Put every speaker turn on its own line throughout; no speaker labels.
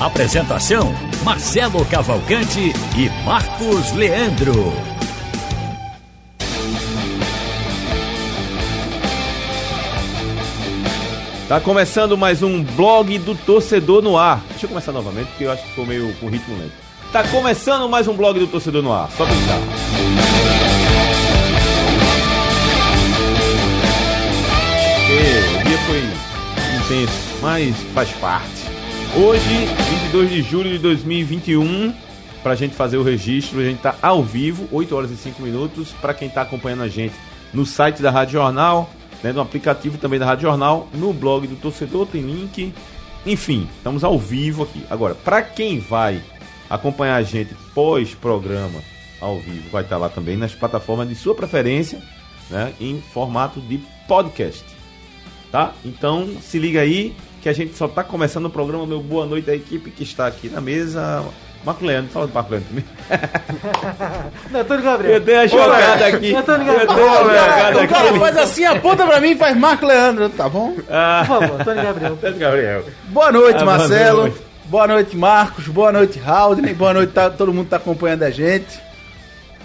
Apresentação: Marcelo Cavalcante e Marcos Leandro.
Tá começando mais um blog do torcedor no ar. Deixa eu começar novamente porque eu acho que ficou meio com ritmo lento. Tá começando mais um blog do torcedor no ar. Só pintar. Porque o dia foi intenso, mas faz parte. Hoje, 22 de julho de 2021, pra gente fazer o registro, a gente tá ao vivo, 8 horas e 5 minutos, pra quem tá acompanhando a gente no site da Rádio Jornal, né, no aplicativo também da Rádio Jornal, no blog do torcedor tem link. Enfim, estamos ao vivo aqui. Agora, pra quem vai acompanhar a gente pós programa ao vivo, vai estar lá também nas plataformas de sua preferência, né, em formato de podcast tá? Então se liga aí que a gente só tá começando o programa. Meu boa noite à equipe que está aqui na mesa. Marco Leandro, fala do Marco Leandro também.
Antônio
Eu
Gabriel.
dei a jogada aqui. Eu
Antônio
dei a
Gabriel. Ô,
jogada
O cara
aqui.
faz assim, aponta pra mim e faz Marco Leandro, tá bom?
Por favor, Antônio Gabriel.
Ah. Antônio Gabriel.
Boa noite,
Ah, boa
Marcelo. Boa
noite.
noite. Marcos. Boa noite, Haldane. Boa noite, tá- todo mundo que tá acompanhando a gente.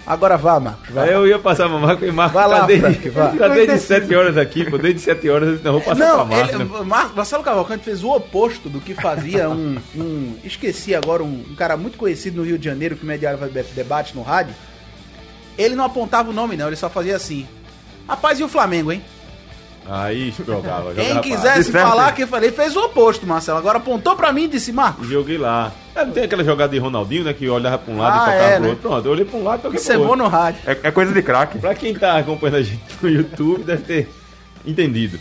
Agora vá, Marcos. Vá.
Aí eu ia passar pra Marco e Marco
Vai lá,
tá desde,
Frank, vai.
tá desde 7 horas aqui, pô. Desde 7 horas eu disse, não vou passar pra
Não,
Marco. né?
ele, Mar- Marcelo Cavalcante fez o oposto do que fazia um. um- esqueci agora, um, um cara muito conhecido no Rio de Janeiro que mediava de- debate no rádio. Ele não apontava o nome, não, ele só fazia assim. Rapaz, e o Flamengo, hein?
Aí explodava.
Quem
jogava
quisesse
De frente.
falar, quem falei, fez o oposto, Marcelo. Agora apontou pra mim e disse, Marcos.
pra lá. Joguei lá. Ah, Não tem aquela jogada de Ronaldinho, né? Que olhava pra um lado
Ah,
e tocava
é,
pro
né?
outro. Pronto, eu olhei pra um lado e toquei
Isso é
pro
bom
outro.
no rádio.
É, é coisa de craque.
Pra quem tá acompanhando a gente no YouTube, deve ter entendido.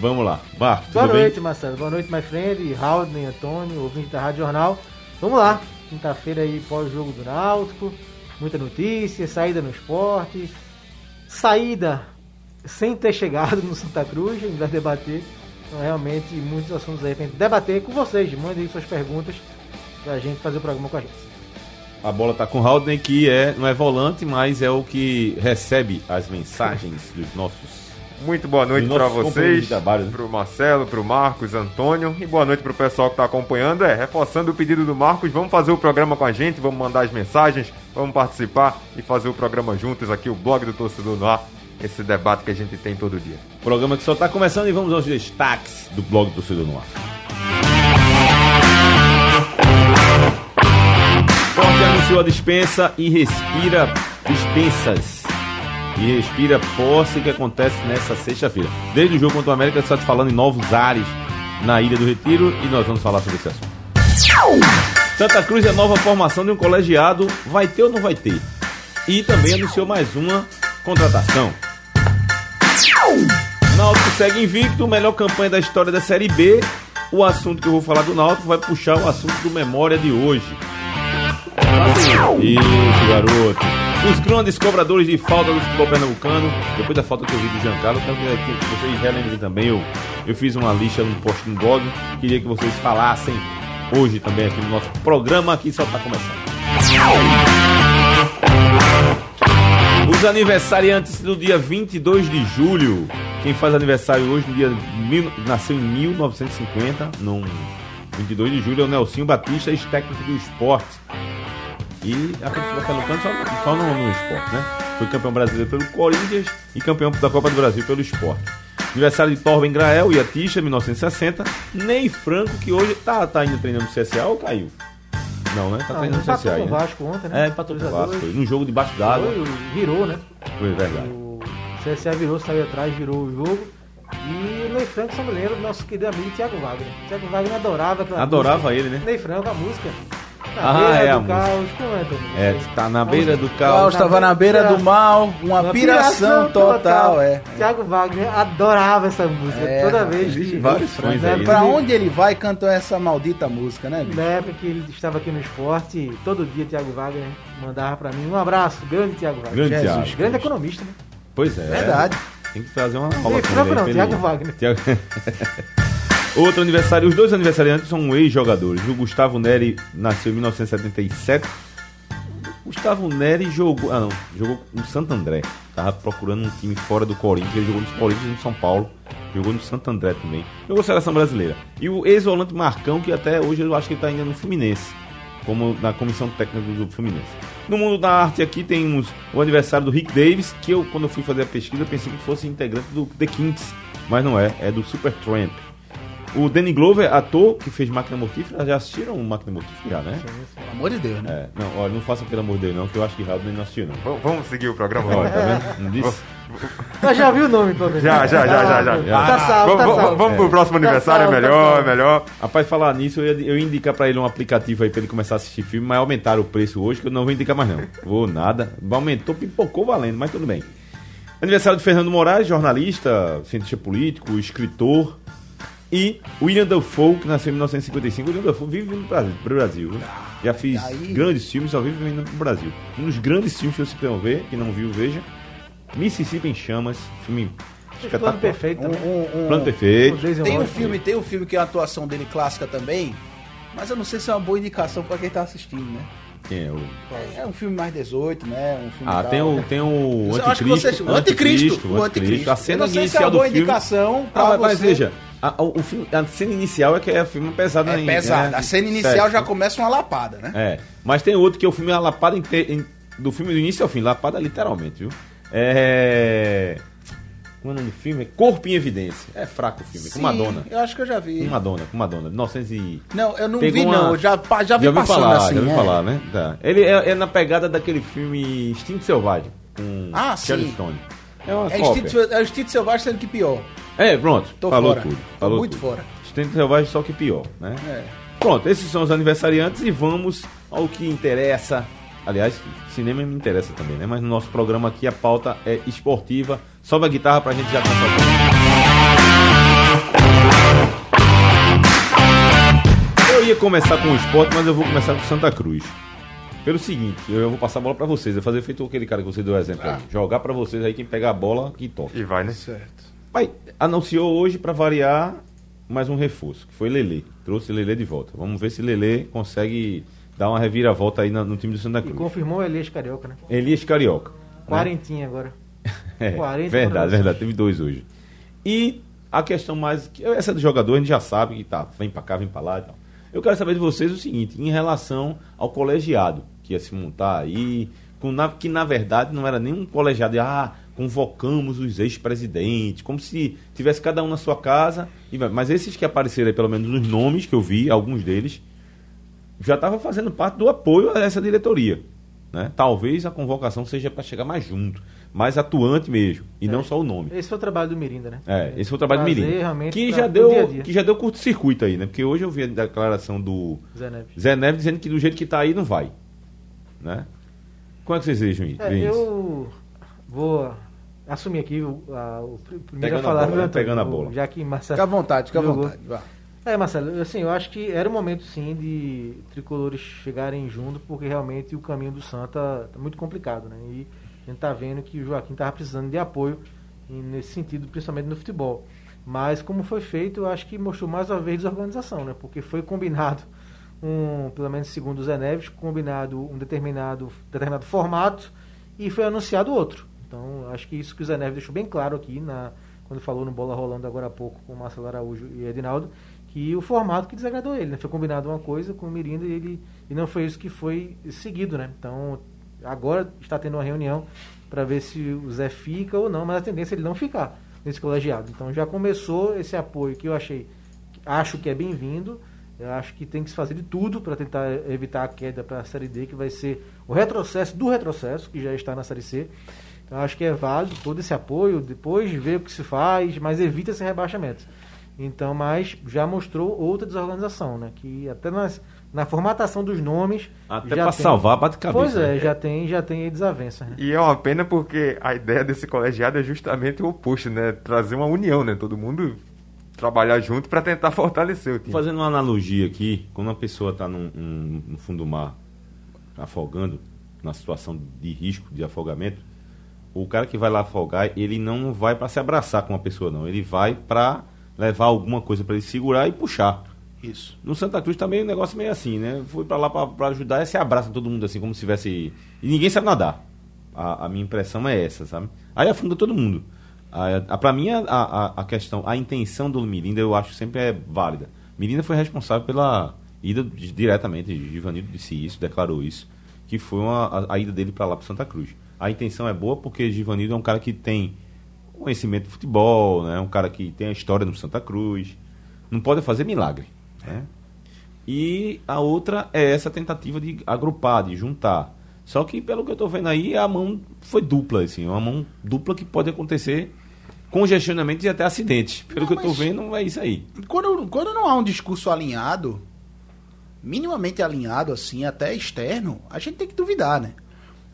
Vamos lá. Marco,
Boa
tudo bem?
noite, Marcelo. Boa noite, my friend. Haldane, Antônio, ouvinte da Rádio Jornal. Vamos lá. Quinta-feira aí, pós-jogo do Náutico. Muita notícia, saída no esporte. Saída sem ter chegado no Santa Cruz. A gente vai debater. Então, realmente, muitos assuntos aí pra gente debater com vocês. Mandem aí suas perguntas pra gente fazer o programa com a gente.
A bola tá com o Haldner, que é, não é volante, mas é o que recebe as mensagens dos nossos.
Muito boa noite
E nossos
para
companheiros de
vocês,
trabalho, né?
para o Marcelo, para o Marcos, Antônio e boa noite para o pessoal que está acompanhando. É, reforçando o pedido do Marcos, vamos fazer o programa com a gente, vamos mandar as mensagens, vamos participar e fazer o programa juntos aqui, o blog do Torcedor no Ar, esse debate que a gente tem todo dia.
Programa que só tá começando e vamos aos destaques do blog do Torcedor no Ar. Forte anunciou a dispensa e respira dispensas. E respira posse que acontece nessa sexta-feira. Desde o jogo contra o América, está falando em novos ares na Ilha do Retiro e nós vamos falar sobre esse assunto. Santa Cruz é a nova formação de um colegiado, vai ter ou não vai ter? E também anunciou mais uma contratação. Náutico segue invicto, melhor campanha da história da Série B. O assunto que eu vou falar do Náutico vai puxar o assunto do Memória de hoje. Isso, garoto. Os grandes cobradores de falta do futebol pernambucano. Depois da falta que eu vi do Giancarlo, eu quero que que vocês relembrem também. Eu, eu fiz uma lista no post no blog. Queria que vocês falassem hoje também aqui no nosso programa, que só está começando. Os aniversariantes do dia 22 de julho. Quem faz aniversário hoje, no dia mil- nasceu em 1950, no 22 de julho, é o Nelsinho Batista, ex-técnico do esporte. E a pessoa pernambucana só, só no, no esporte, né? Foi campeão brasileiro pelo Corinthians e campeão da Copa do Brasil pelo esporte. Aniversário de Torben Grael e Atisha, 1960. Ney Franco, que hoje tá, tá ainda treinando no CSA ou caiu? Não, né? Tá
Ah,
treinando no
empatou
CSA
com o
ainda.
Vasco ontem, né?
É, empatou com o
2 a 2.
Vasco. Num jogo debaixo d'água.
Foi, virou, né?
Foi verdade.
O CSA virou, saiu atrás, virou o jogo. E o Ney Franco, só me lembro do nosso querido amigo Thiago Wagner. Thiago Wagner adorava aquela
Adorava
música.
ele, né?
Ney Franco, a música. Na
Ah,
beira
é, a
do
música.
caos. Como é, Toninho?
É, tá na beira do
Klaus
caos.
estava na beira do mal, uma,
Uma
piração, total, é.
Tiago Wagner adorava essa música.
É,
toda
rapaz,
vez
existe
que.
vários sonhos
na
aí, né?
época
Pra
ele-
onde ele vai cantar essa maldita música, né,
É.
bicho?
Na época que ele estava aqui no esporte, todo dia Tiago Wagner mandava pra mim um abraço. Grande Tiago Wagner.
Grande
Jesus
Thiago.
Cristo.
Grande economista, né?
Pois é.
Verdade.
Tem que trazer uma aula
Felipe
com ele
Franco
aí,
não,
pra ele.
Thiago Wagner.
Thiago- Outro aniversário, os dois aniversariantes são um ex-jogadores. O Gustavo Neri nasceu em 1977. O Gustavo Neri jogou. Ah, não. Jogou no Santo André. Tava procurando um time fora do Corinthians. Ele jogou no Corinthians e no São Paulo. Jogou no Santo André também. Jogou seleção brasileira. E o ex-volante Marcão, que até hoje eu acho que ele tá ainda no Fluminense. Como na comissão técnica do Fluminense. No mundo da arte aqui temos o aniversário do Rick Davis, que eu, quando eu fui fazer a pesquisa, pensei que fosse integrante do The Kinks. Mas não é, é do Supertramp. O Danny Glover, ator que fez Máquina Mortífera, já assistiram Máquina Mortífera, já, né?
Pelo amor de Deus, né?
É, não, olha, não faça pelo amor de Deus, não, que eu acho que Haldane não assistiu, não.
Vamos, vamos seguir o programa
Olha,
agora.
tá vendo? Não disse?
Mas Ah, já viu o nome, pelo menos.
Já, já, já, já, já.
Tá
Ah,
salvo,
vamos,
tá
vamos,
salvo.
vamos pro próximo aniversário, é
salvo, tá
melhor,
salvo.
melhor.
Rapaz, falar nisso, eu ia, eu ia indicar pra ele um aplicativo aí pra ele começar a assistir filme, mas aumentaram o preço hoje, que eu não vou indicar mais, não. Vou nada. Aumentou, pipocou valendo, mas tudo bem. Aniversário de Fernando Moraes, jornalista, cientista político, escritor. E William Dafoe, que nasceu em 1955. William Dafoe vive vindo pra- pro Brasil. viu? Já fiz
Aí.
grandes filmes, só vive vindo pro Brasil. Um dos grandes filmes que vocês precisam ver, que não viu, veja. Mississippi em Chamas, filme
é Plano
espetacular.
perfeito
Um-
também.
um- um-
Plano perfeito.
Jason
Tem um
Rock.
filme, tem um filme que é a atuação dele clássica também, mas eu não sei se é uma boa indicação pra quem tá assistindo, né?
Quem é o-
É um filme mais 18, né? Um filme
Ah,
tal.
tem o, tem o
Eu
anticristo,
acho que vocês- o Anticristo, o
o anticristo.
Anticristo.
A
Eu
cena
não sei se é
inicial
uma
do
boa
filme.
indicação pra
ah, mas, mas
você.
veja, a, o- o filme- a cena inicial é que é filme pesado
É
ainda.
pesado.
né?
A cena inicial
Certo.
já começa uma lapada, né?
É, mas tem outro que é o filme a lapada inte- em- do filme do início ao fim, lapada literalmente, viu? É Como é o nome do filme? É Corpo em Evidência. É fraco o filme, com Madonna.
Eu acho que eu já vi.
Com Madonna, com Madonna. 900 e
Não, eu não
Pegou
vi,
uma-
não. Eu já, pa- já vi
ouvi
passando
falar,
assim.
já ouvi
é.
falar, né? Tá. Ele é, é na pegada daquele filme Instinto Selvagem, com
Ah,
Sharon
sim.
Stone. É uma
É
cópia.
Instinto, é Instinto Selvagem sendo que pior.
É, pronto.
Tô
falou
fora.
tudo.
Tô
Falou
muito
tudo.
fora.
Instinto Selvagem, só que pior, né?
É.
Pronto, esses são os aniversariantes e vamos ao que interessa. Aliás, cinema me interessa também, né? Mas no nosso programa aqui a pauta é esportiva. Sobe a guitarra pra gente já começar. Eu ia começar com o esporte, mas eu vou começar com Santa Cruz. Pelo seguinte, eu eu vou passar a bola pra vocês. Eu vou fazer feito aquele cara que você deu exemplo
Ah.
aí. Jogar pra vocês aí, quem pegar a bola, que toca.
E vai, né?
Certo.
Pai, anunciou hoje para variar mais um reforço, que foi Lele. Trouxe Lele de volta. Vamos ver se Lele consegue dar uma reviravolta aí na- no, time do Santa
E
Cruz.
confirmou o Elias Carioca, né?
Elias Carioca. né?
Quarentinha agora.
É,
40
verdade,
produções.
verdade. Teve dois hoje. E a questão mais. que- Essa do jogador a gente já sabe que tá, vem pra cá, vem pra lá e tal. Eu quero saber de vocês o seguinte, em relação ao colegiado que ia se montar aí, com na- que na verdade não era nenhum colegiado, de, ah, convocamos os ex-presidentes, como se tivesse cada um na sua casa. e vai- Mas esses que apareceram aí, pelo menos os nomes que eu vi, alguns deles, já estava fazendo parte do apoio a essa diretoria. Né? Talvez a convocação seja para chegar mais junto, mais atuante mesmo, e
É.
não só o nome.
Esse foi o trabalho do Mirinda, né?
É, esse foi o trabalho do
Trazer
Mirim.
realmente
Que
pra-
já,
pro
deu,
dia a dia.
que já deu curto-circuito aí, né? Porque hoje eu vi a declaração do
Zé Neves.
Zé Neves dizendo que do jeito que tá aí não vai. Né? Como é que vocês vejam isso?
É,
veem isso?
eu vou assumir aqui o, a, o pr- primeiro
Pegando
a falar.
a bola,
viu,
né?
Antônio?
Pegando a
O-
bola.
Já que Marcelo
Fica à vontade, fica à
Tá. Jogou.
vontade. vá.
É, Marcelo, assim, eu acho que era o momento sim de tricolores chegarem junto, porque realmente o caminho do Santa tá muito complicado, né? E a gente tá vendo que o Joaquim tava precisando de apoio e nesse sentido, principalmente no futebol. Mas como foi feito, eu acho que mostrou mais uma vez desorganização, né? Porque foi combinado um, pelo menos segundo o Zé Neves, combinado um determinado, determinado formato e foi anunciado outro. Então, acho que isso que o Zé Neves deixou bem claro aqui na, quando falou no Bola Rolando agora há pouco com o Marcelo Araújo e Edinaldo, que o formato que desagradou ele, né? Foi combinado uma coisa com o Mirinda e, ele, e não foi isso que foi seguido, né? Então, agora está tendo uma reunião para ver se o Zé fica ou não, mas a tendência é ele não ficar nesse colegiado. Então, já começou esse apoio que eu achei, acho que é bem-vindo, eu acho que tem que se fazer de tudo para tentar evitar a queda para a Série D, que vai ser o retrocesso do retrocesso, que já está na Série C. Então acho que é válido todo esse apoio, depois ver o que se faz, mas evita esse rebaixamento. Então, mas já mostrou outra desorganização, né? Que até nas na formatação dos nomes.
Até pra salvar, bate cabeça.
Pois é,
né?
já tem, já tem aí desavença. Né?
E é uma pena porque a ideia desse colegiado é justamente o oposto, né? Trazer uma união, né? Todo mundo trabalhar junto pra tentar fortalecer o time.
Fazendo uma analogia aqui, quando uma pessoa está num, num- no fundo do mar afogando, na situação de risco de afogamento, o cara que vai lá afogar, ele não vai para se abraçar com uma pessoa, não. Ele vai para levar alguma coisa para ele segurar e puxar.
Isso.
No Santa Cruz também o negócio é meio assim, né? Fui pra lá pra, pra ajudar e se abraça todo mundo assim, como se tivesse. E ninguém sabe nadar. A, a minha impressão é essa, sabe? Aí afunda todo mundo. A, a, pra mim, a, a, a questão, a intenção do Mirinda eu acho que sempre é válida. Mirinda foi responsável pela ida de- diretamente, Givanildo disse isso, declarou isso, que foi uma, a, a ida dele pra lá pro Santa Cruz. A intenção é boa porque Givanildo é um cara que tem conhecimento de futebol, né? Um cara que tem a história no Santa Cruz. Não pode fazer milagre, né? E a outra é essa tentativa de agrupar, de juntar. Só que, pelo que eu tô vendo aí, a mão foi dupla, assim. Uma mão dupla que pode acontecer congestionamento e até acidente. Pelo
Não,
que eu tô
mas-
vendo, é isso aí.
Quando, quando não há um discurso alinhado, minimamente alinhado, assim, até externo, a gente tem que duvidar, né?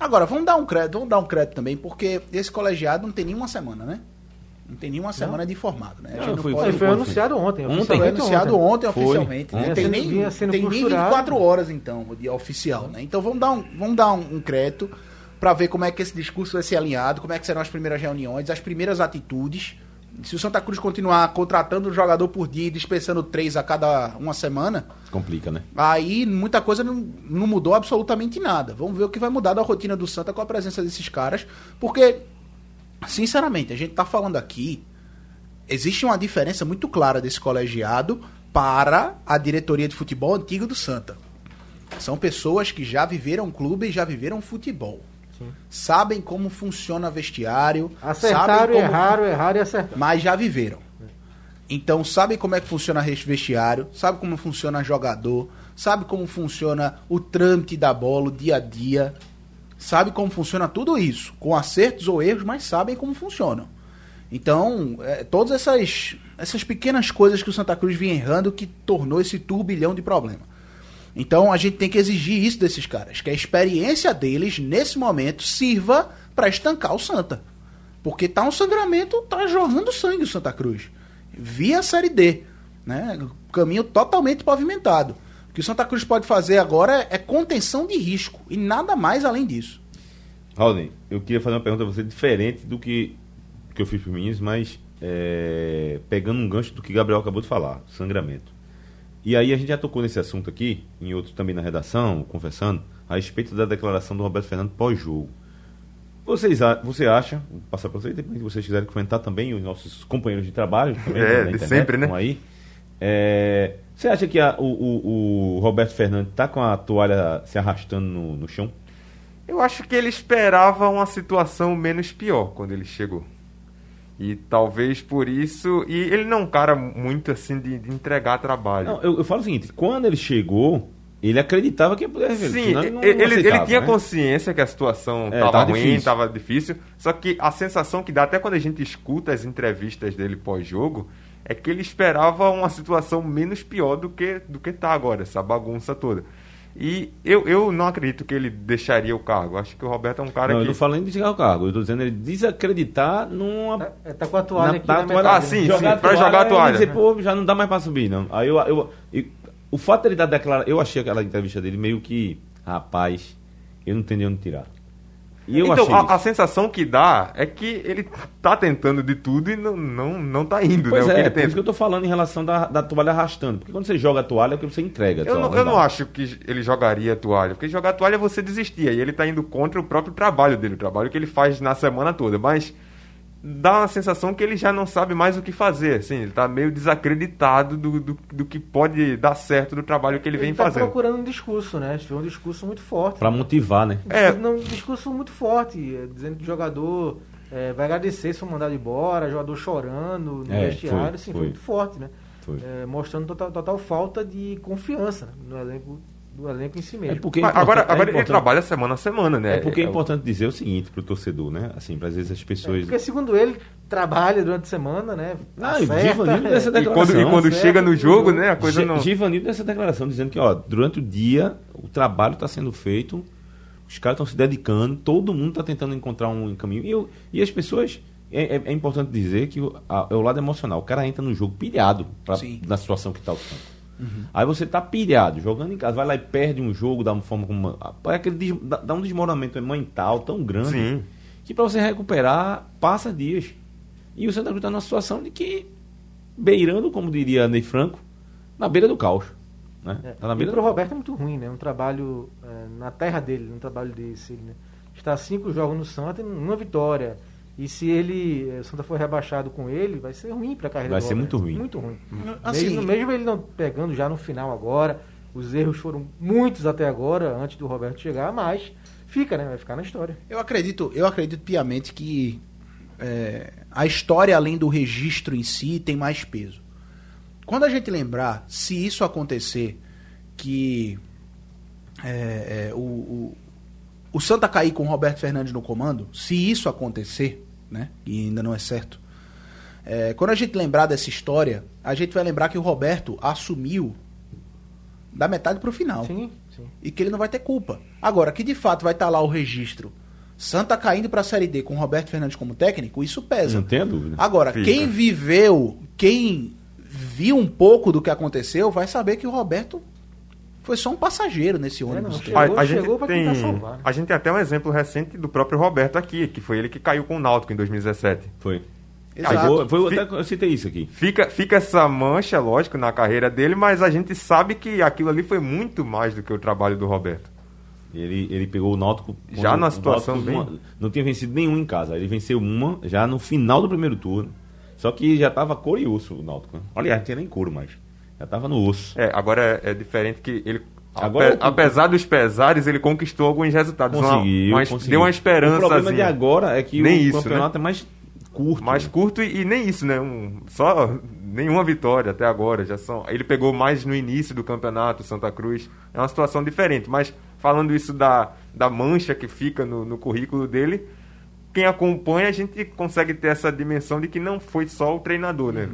Agora, vamos dar um crédito, vamos dar um crédito também, porque esse colegiado não tem nenhuma semana, né? Não tem nenhuma semana de formado, né? A
Não,
gente não
foi-
pode-
Ele foi
ontem.
anunciado ontem.
Ontem.
Foi
oficialmente
é anunciado ontem,
Foi.
oficialmente. né?
Ontem.
Tem,
Sendo-
nem,
vinha sendo
tem nem
costurado.
24 horas, então, de oficial, né? Então vamos dar um, vamos dar um, um crédito para ver como é que esse discurso vai ser alinhado, como é que serão as primeiras reuniões, as primeiras atitudes. Se o Santa Cruz continuar contratando um jogador por dia e dispensando três a cada uma semana,
Complica, né?
aí muita coisa não, não mudou absolutamente nada. Vamos ver o que vai mudar da rotina do Santa com a presença desses caras, porque, sinceramente, a gente tá falando aqui, existe uma diferença muito clara desse colegiado para a diretoria de futebol antiga do Santa. São pessoas que já viveram clube e já viveram futebol. Sabem como funciona vestiário,
Acertaram,
sabem como
erraram, erraram e acertaram.
mas já viveram. Então sabe como é que funciona res- vestiário, sabe como funciona jogador, sabe como funciona o trâmite da bola, o dia a dia, sabe como funciona tudo isso, com acertos ou erros, mas sabem como funcionam. Então, é, todas essas, essas pequenas coisas que o Santa Cruz vinha errando que tornou esse turbilhão de problema. Então a gente tem que exigir isso desses caras, que a experiência deles nesse momento sirva para estancar o Santa. Porque tá um sangramento, tá jorrando sangue o Santa Cruz. Via a Série D, né? Caminho totalmente pavimentado. O que o Santa Cruz pode fazer agora é contenção de risco e nada mais além disso.
Raulney, eu queria fazer uma pergunta a você diferente do que, que eu fiz pro Meninos, mas é, pegando um gancho do que Gabriel acabou de falar, sangramento. E aí a gente já tocou nesse assunto aqui, em outro também na redação, conversando, a respeito da declaração do Roberto Fernando pós-jogo. Vocês, a- você acha, vou passar para vocês, depois se vocês quiserem comentar também, os nossos companheiros de trabalho, também,
É,
na
de
internet,
sempre, né?
estão aí. É, você acha que a- o, o- o Roberto Fernandes está com a toalha se arrastando no- no chão?
Eu acho que ele esperava uma situação menos pior quando ele chegou. E talvez por isso. E ele não é um cara muito assim de, de entregar trabalho.
Não, eu, eu falo o seguinte, quando ele chegou, ele acreditava que ia poder rever.
Sim,
senão
ele,
é não
ele- ele
aceitava,
tinha
né?
consciência que a situação
É,
estava
tava
ruim,
difícil.
estava difícil. Só que a sensação que dá, até quando a gente escuta as entrevistas dele pós-jogo, é que ele esperava uma situação menos pior do que do que tá agora, essa bagunça toda. E eu, eu não acredito que ele deixaria o cargo. Acho que o Roberto é um cara
Não, eu
que.
não falo nem de chegar ao cargo, eu tô dizendo ele desacreditar numa.
É, tá com a toalha aqui. na
Ah,
metade,
sim,
né?
sim, pra jogar a
e
toalha.
Dizer, Pô, já não dá mais pra subir, não. Aí eu. eu- e- o fato dele dar declaração. Eu achei aquela entrevista dele meio que. Rapaz, eu não tenho de onde tirar. E eu
então,
achei.
a,
isso.
a sensação que dá é que ele tá tentando de tudo e não, não, não tá indo,
Pois
né? o que
é,
ele
por
tenta.
isso que eu tô falando em relação da, da toalha arrastando. Porque quando você joga a toalha, é que você entrega. a
Eu
toalha,
não, eu não
dá.
acho que ele jogaria a toalha, porque jogar a toalha é você desistia, e ele tá indo contra o próprio trabalho dele, o trabalho que ele faz na semana toda, mas dá uma sensação que ele já não sabe mais o que fazer, assim, ele tá meio desacreditado do, do, do que pode dar certo do trabalho que ele,
Ele
vem
tá
fazendo.
procurando um discurso, né? Foi um discurso muito forte.
Pra motivar, né?
É.
Não, um discurso muito forte, eh, dizendo que o jogador eh, vai agradecer se for mandado embora, jogador chorando no
É, foi,
vestiário, assim, foi
foi.
muito forte, né?
Foi.
Eh, mostrando total, total falta de confiança né, no elenco do elenco em si
É
mesmo.
porque é
Mas
importante-
agora
é
agora ele
importante-
trabalha semana a semana, né?
É porque é
o-
importante dizer o seguinte pro torcedor, né? Assim, pra às vezes as pessoas.
É, Porque, segundo ele, trabalha durante a semana, né?
Não, Ah, e
Acerta,
Givanildo dessa
E quando, e
declaração,
quando
certo,
chega no
no
jogo,
jogo.
né? A coisa
Gi-
não.
Givanildo dessa declaração dizendo que, ó, durante o dia o trabalho está sendo feito, os caras estão se dedicando, todo mundo está tentando encontrar um caminho. E, eu- e as pessoas. É, é- é importante dizer que o, a- é o lado emocional. O cara entra no jogo pilhado pra,
Sim.
na situação que está o campo. Aí você tá pilhado, jogando em casa, vai lá e perde um jogo da forma como. É aquele, des- dá, dá um desmoronamento mental tão grande
Sim.
que para você recuperar passa dias. E o Santa Cruz está numa situação de que beirando, como diria Ney Franco, na beira do caos. Né?
É.
Tá na
E
beira
pro
do...
Roberto é muito ruim, né? Um trabalho eh, na terra dele, um trabalho desse. Ele, né? Está cinco jogos no Santa e uma vitória. E se ele eh, o Santa for rebaixado com ele, vai ser ruim para a carreira
Vai
do
ser
Roberto.
muito ruim.
Muito ruim.
Assim-
mesmo, mesmo ele não pegando já no final agora, os erros foram muitos até agora, antes do Roberto chegar, mas fica, né? Vai ficar na história.
Eu acredito, eu acredito piamente que é, a história, além do registro em si, tem mais peso. Quando a gente lembrar, se isso acontecer, que é, é, o, o, o Santa cair com o Roberto Fernandes no comando, se isso acontecer, né, e ainda não é certo, é, quando a gente lembrar dessa história, a gente vai lembrar que o Roberto assumiu da metade pro final
Sim, sim.
e que ele não vai ter culpa. Agora, que de fato vai estar lá o registro Santa caindo para a Série D com Roberto Fernandes como técnico, isso pesa.
Não tenha dúvida.
Ah,
Agora,
Fica.
quem viveu, quem viu um pouco do que aconteceu, vai saber que o Roberto foi só um passageiro nesse ônibus.
É, não,
dele.
A,
Chegou-
a gente
chegou pra
tem,
tentar salvar, né?
a gente tem até um exemplo recente do próprio Roberto aqui, que foi ele que caiu com o Náutico em 2017.
Foi.
Exato.
Chegou- foi eu
Fi-
até, eu citei isso aqui.
Fica, fica essa mancha, lógico, na carreira dele, mas a gente sabe que aquilo ali foi muito mais do que o trabalho do Roberto.
Ele, ele pegou o Náutico.
Já
quando
na
o
situação
Náutico
bem-
Não, não tinha vencido nenhum em casa. Ele venceu uma já no final do primeiro turno. Só que já estava couro e osso o Náutico. né? Aliás, não tinha nem couro mais. Já estava no osso.
É, agora é, é diferente que ele.
Agora é
ape-
eu-
apesar dos pesares, ele conquistou alguns resultados. Uma-
Conseguiu,
uma es-
conseguiu.
Deu uma esperança. assim,
O problema de agora é que
Nem
o
isso, né?
campeonato é mais curto.
mais
né?
curto e, e nem isso, né? Um- só nenhuma vitória até agora. Já são. Ele pegou mais no início do campeonato, Santa Cruz. É uma situação diferente. Mas falando isso da, da mancha que fica no, no currículo dele, quem acompanha a gente consegue ter essa dimensão de que não foi só o treinador, né?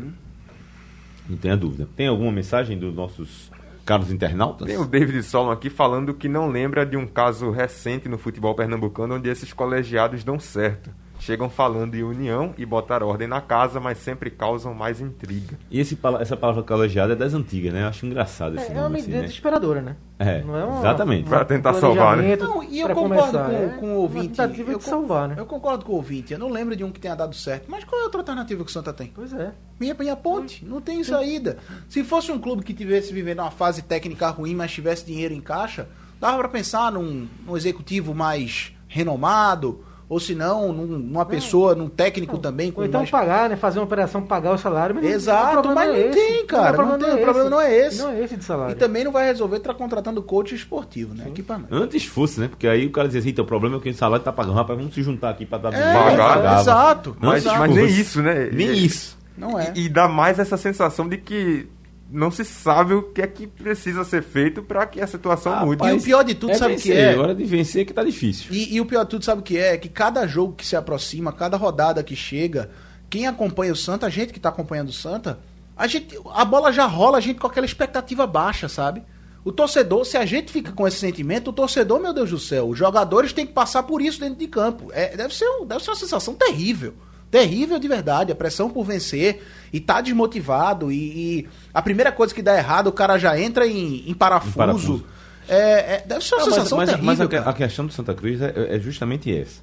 Não tenha dúvida. Tem alguma mensagem dos nossos caros internautas?
Tem o David Solon aqui falando que não lembra de um caso recente no futebol pernambucano onde esses colegiados dão certo. Chegam falando em união e botar ordem na casa, mas sempre causam mais intriga.
E esse, pala- essa palavra calejada é das antigas, né? Eu acho engraçado esse
É, é uma
nome assim, né?
medida desesperadora, né?
É,
uma-
exatamente.
um
Pra tentar salvar, né?
planejamento
Não, e eu
pra
concordo
começar,
com,
é
com o ouvinte.
Uma tentativa
eu,
de
con-
salvar, né?
eu concordo com o ouvinte. Eu não lembro de um que tenha dado certo. Mas qual é a outra alternativa que o Santa tem?
Pois é.
Minha, minha ponte, não tem saída. Se fosse um clube que tivesse vivendo uma fase técnica ruim, mas tivesse dinheiro em caixa, dava pra pensar num, num executivo mais renomado, ou se não, num- numa pessoa, num técnico também com
Ou então
mais...
pagar, né? Fazer uma operação, pagar o salário. Mas não-
Exato,
o problema
mas não
é esse.
tem, cara,
o problema
não tem, o problema não é esse.
Não é esse de
E
salário.
também não vai resolver tá contratando coach esportivo, né? Aqui pra nós.
Antes fosse, né? Porque aí o cara dizia assim, então o problema é que o salário tá pagando. Rapaz, vamos se juntar aqui pra dar...
É,
Pagar.
Pagava.
exato.
Mas,
exato.
mas nem
Porra.
isso, né?
Nem
E-
isso.
Não é.
E, e dá mais essa sensação de que não se sabe o que é que precisa ser feito para que a situação mude.
e o pior de tudo, sabe o que
vencer.
é?
hora de vencer que tá difícil.
E, e o pior de tudo, sabe o que é? É que cada jogo que se aproxima, cada rodada que chega, quem acompanha o Santa, a gente que tá acompanhando o Santa, a, gente, a bola já rola, a gente com aquela expectativa baixa, sabe? O torcedor, se a gente fica com esse sentimento, o torcedor, meu Deus do céu, os jogadores têm que passar por isso dentro de campo. É, deve, ser um- deve ser uma sensação terrível. Terrível de verdade, a pressão por vencer e tá desmotivado. E, e a primeira coisa que dá errado, o cara já entra em, em parafuso.
parafuso.
É, é, deve ser uma
Não, mas,
sensação
mas-
terrível.
mas a,
cara.
a questão do Santa Cruz é, é justamente essa.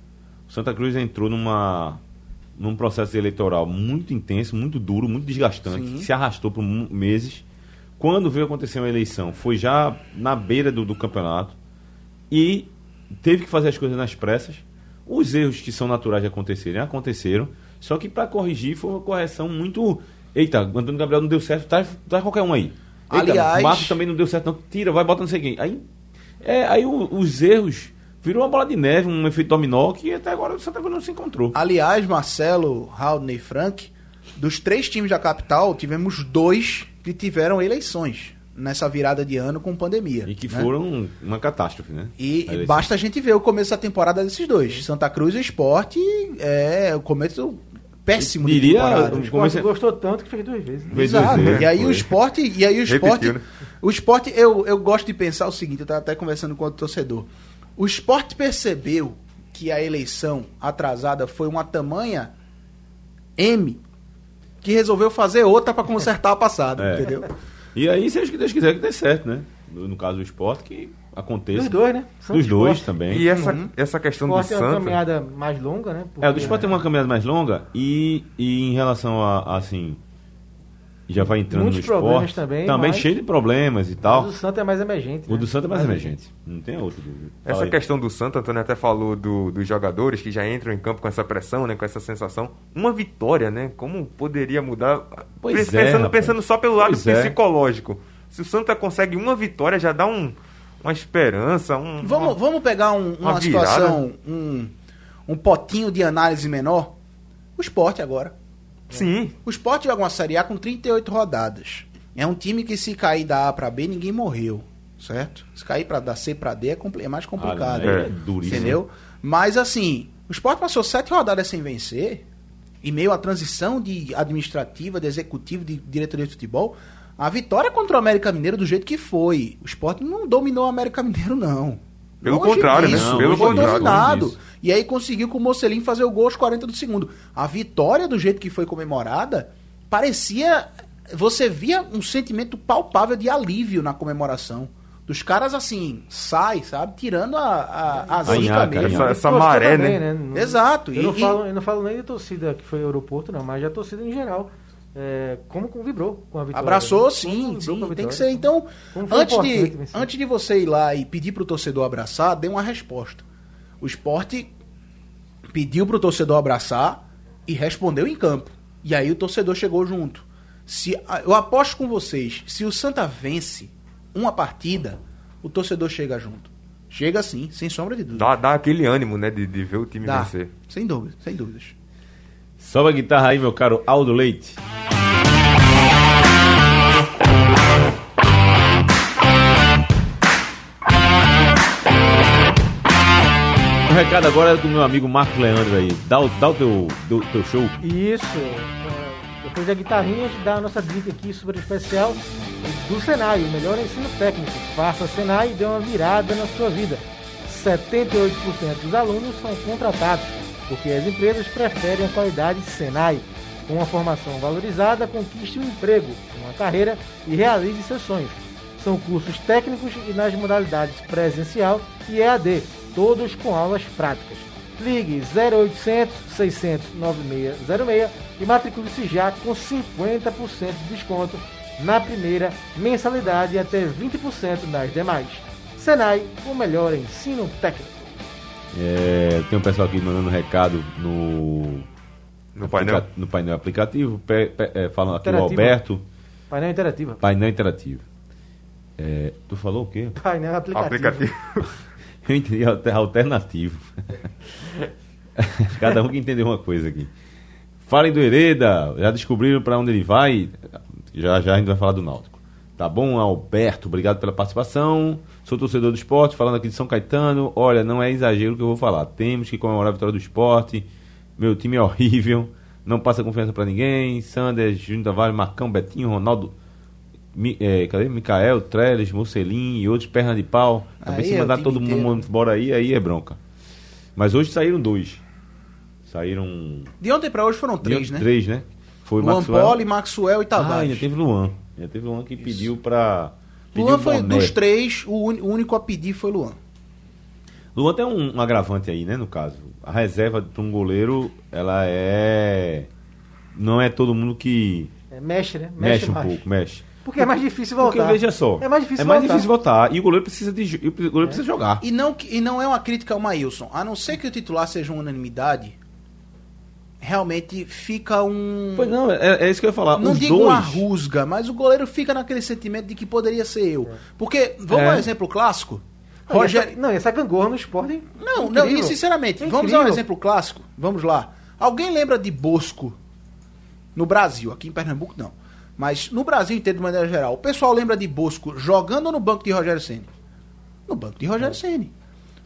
O Santa Cruz entrou numa, num processo eleitoral muito intenso, muito duro, muito desgastante, que se arrastou por mu- meses. Quando veio acontecer uma eleição, foi já na beira do, do campeonato e teve que fazer as coisas nas pressas. Os erros que são naturais de acontecerem aconteceram, só que para corrigir foi uma correção muito. Eita, Antônio Gabriel não deu certo, traz, traz qualquer um aí. Eita,
Aliás-
Marcos também não deu certo, não. Tira, vai, bota não sei quem. Aí, é, aí o- os erros virou uma bola de neve, um efeito dominó que até agora o Santa Cruz não se encontrou.
Ah,
Aliás, Marcelo, Haldner e Frank, dos três times da capital, tivemos dois que tiveram eleições. nessa virada de ano com pandemia.
E que
né?
foram uma catástrofe, né?
E
Eleição.
basta a gente ver o começo da temporada desses dois. Santa Cruz e Sport é o começo péssimo de
Diria-
temporada.
O
Comecei-
Sport gostou tanto que fez duas vezes. né?
Fez
Exato.
duas vezes,
E aí o
foi.
esporte, e aí o
Repetiu,
esporte,
né?
o esporte eu, eu gosto de pensar o seguinte, eu tava até conversando com outro torcedor. O esporte percebeu que a eleição atrasada foi uma tamanha M que resolveu fazer outra pra consertar a passada,
É.
entendeu?
E aí, seja o que Deus quiser que dê certo, né? No, no caso do esporte, que aconteça.
Dos dois, né? Santos
Dos dois
Sport.
também.
E essa,
Uhum.
essa questão do
Sport é uma
Santa.
caminhada mais longa, né?
É, o do esporte tem uma caminhada mais longa e, e em relação a, assim, já vai entrando
Muitos
no esporte.
problemas também, mas-
cheio de problemas e
Mas
tal.
O Santa é mais emergente.
O do
né?
Santa é mais emergente. Não tem outro dúvida. Fala
Essa
aí.
questão do Santa, Antônio até falou do- dos jogadores que já entram em campo com essa pressão, né, com essa sensação. Uma vitória, né? Como poderia mudar?
Pois
Pens-
é,
pensando,
rapaz.
pensando só pelo lado
Pois é.
psicológico. Se o Santa consegue uma vitória, já dá um- uma esperança. Um,
Vamos, vamos pegar um- uma,
Uma virada.
situação, um, um potinho de análise menor. O esporte agora.
Sim,
O Sport joga uma Série A com 38 rodadas. É um time que se cair da A pra B, ninguém morreu, certo? Se cair pra, da C pra D é, compli- é mais
Ah,
complicado. né?
não, é,
É.
duríssimo.
entendeu? Mas assim, o Sport passou sete rodadas sem vencer, e meio à transição de administrativa, de executivo, de diretoria de futebol. A vitória contra o América Mineiro, do jeito que foi, o Sport não dominou o América Mineiro, não.
Pelo contrário,
né?
disso,
Pelo
longe
contrário,
dominado.
longe disso.
E aí conseguiu com o Mocelin fazer o gol aos 40 do segundo. A vitória, do jeito que foi comemorada, parecia. Você via um sentimento palpável de alívio na comemoração. Dos caras assim, sai, sabe? Tirando a, a, as
A nhaca, a nhaca.
essa, essa
Torcida
maré,
também,
né?
Não-
Exato.
Eu,
e-
não
e-
falo, eu não falo nem da torcida que foi ao aeroporto, não, mas da torcida em geral. É, como com- vibrou com a vitória. né?
Abraçou,
Como
sim,
vibrou
sim,
com a
tem
vitória.
que ser. Então,
Como foi
antes de,
importante vencer.
antes de você ir lá e pedir pro torcedor abraçar, dê uma resposta. O esporte pediu pro torcedor abraçar e respondeu em campo. E aí o torcedor chegou junto. Se Eu aposto com vocês, se o Santa vence uma partida, o torcedor chega junto. Chega sim, sem sombra de dúvida.
Dá, dá aquele ânimo, né? De, de ver o time
Dá.
vencer.
Sem dúvida, sem dúvidas.
Sobe a guitarra aí, meu caro Aldo Leite. Um recado agora é do meu amigo Marcos Leandro aí. Dá, o- dá o teu, do- teu show.
Isso. é, Depois da guitarrinha, a gente dá a nossa dica aqui super especial do Senai, o melhor ensino técnico. Faça Senai e dê uma virada na sua vida. 78% dos alunos são contratados, porque as empresas preferem a qualidade Senai. Com uma formação valorizada, conquiste um emprego, uma carreira e realize seus sonhos. São cursos técnicos e nas modalidades presencial e EAD, todos com aulas práticas. Ligue 0800 600 9606 e matricule-se já com 50% de desconto na primeira mensalidade e até 20% nas demais. Senai, o melhor ensino técnico.
É, tem um pessoal aqui mandando recado no,
No painel.
aplica- no painel aplicativo. Pe, pe- é, falando aqui o
Interativo.
Alberto.
Painel interativo.
Painel interativo. É, tu falou o quê?
Painel aplicativo.
Aplicativo.
Eu entendi alter- alternativo. Cada um que entendeu uma coisa aqui. Falem do Hereda, já descobriram para onde ele vai? Já já a gente vai falar do Náutico. Tá bom, Alberto, obrigado pela participação. Sou torcedor do esporte, falando aqui de São Caetano. Olha, não é exagero o que eu vou falar. Temos que comemorar a vitória do esporte. Meu time é horrível, não passa confiança para ninguém. Sanders, Júnior Tavares, Marcão, Betinho, Ronaldo, Mi, eh, cadê? Micael, Trellis, Mocelin e outros perna de pau. Também
Aí
se
é o
mandar
time
todo
inteiro.
mundo embora aí, aí é bronca. Mas hoje saíram dois. Saíram
De ontem pra hoje foram três, né?
Três, né? Foi o
Luan
Maxwell.
Poli, Maxwell e
ah,
Tavares.
ainda teve Luan. Ainda teve Luan que pediu pra. pediu
Luan foi
boné.
dos três, o, uni- o único a pedir foi Luan.
Luan tem um, um agravante aí, né? No caso, a reserva pra um goleiro, ela é. Não é todo mundo que
É, mexe, né?
mexe, um
mais.
pouco, mexe.
Porque é mais difícil voltar.
Porque veja só,
É mais difícil
é mais
voltar.
difícil voltar. E o goleiro precisa de, jo- e o goleiro
É.
precisa jogar.
E não, que- e não é uma crítica ao Maílson. A não ser que o titular seja uma unanimidade, realmente fica um.
Pois não, é, é isso que eu ia falar.
não
Os
digo
dois,
uma rusga, mas o goleiro fica naquele sentimento de que poderia ser eu. Porque, vamos
É.
dar um exemplo clássico?
Não, e essa-
Rogério.
Não, e essa gangorra no esporte. é
Não, não,
incrível.
e sinceramente,
Incrível.
vamos dar um exemplo clássico? Vamos lá. Alguém lembra de Bosco no Brasil? Aqui em Pernambuco, não. Mas no Brasil inteiro, de maneira geral, o pessoal lembra de Bosco jogando no banco de Rogério Ceni. No banco de
É.
Rogério Ceni.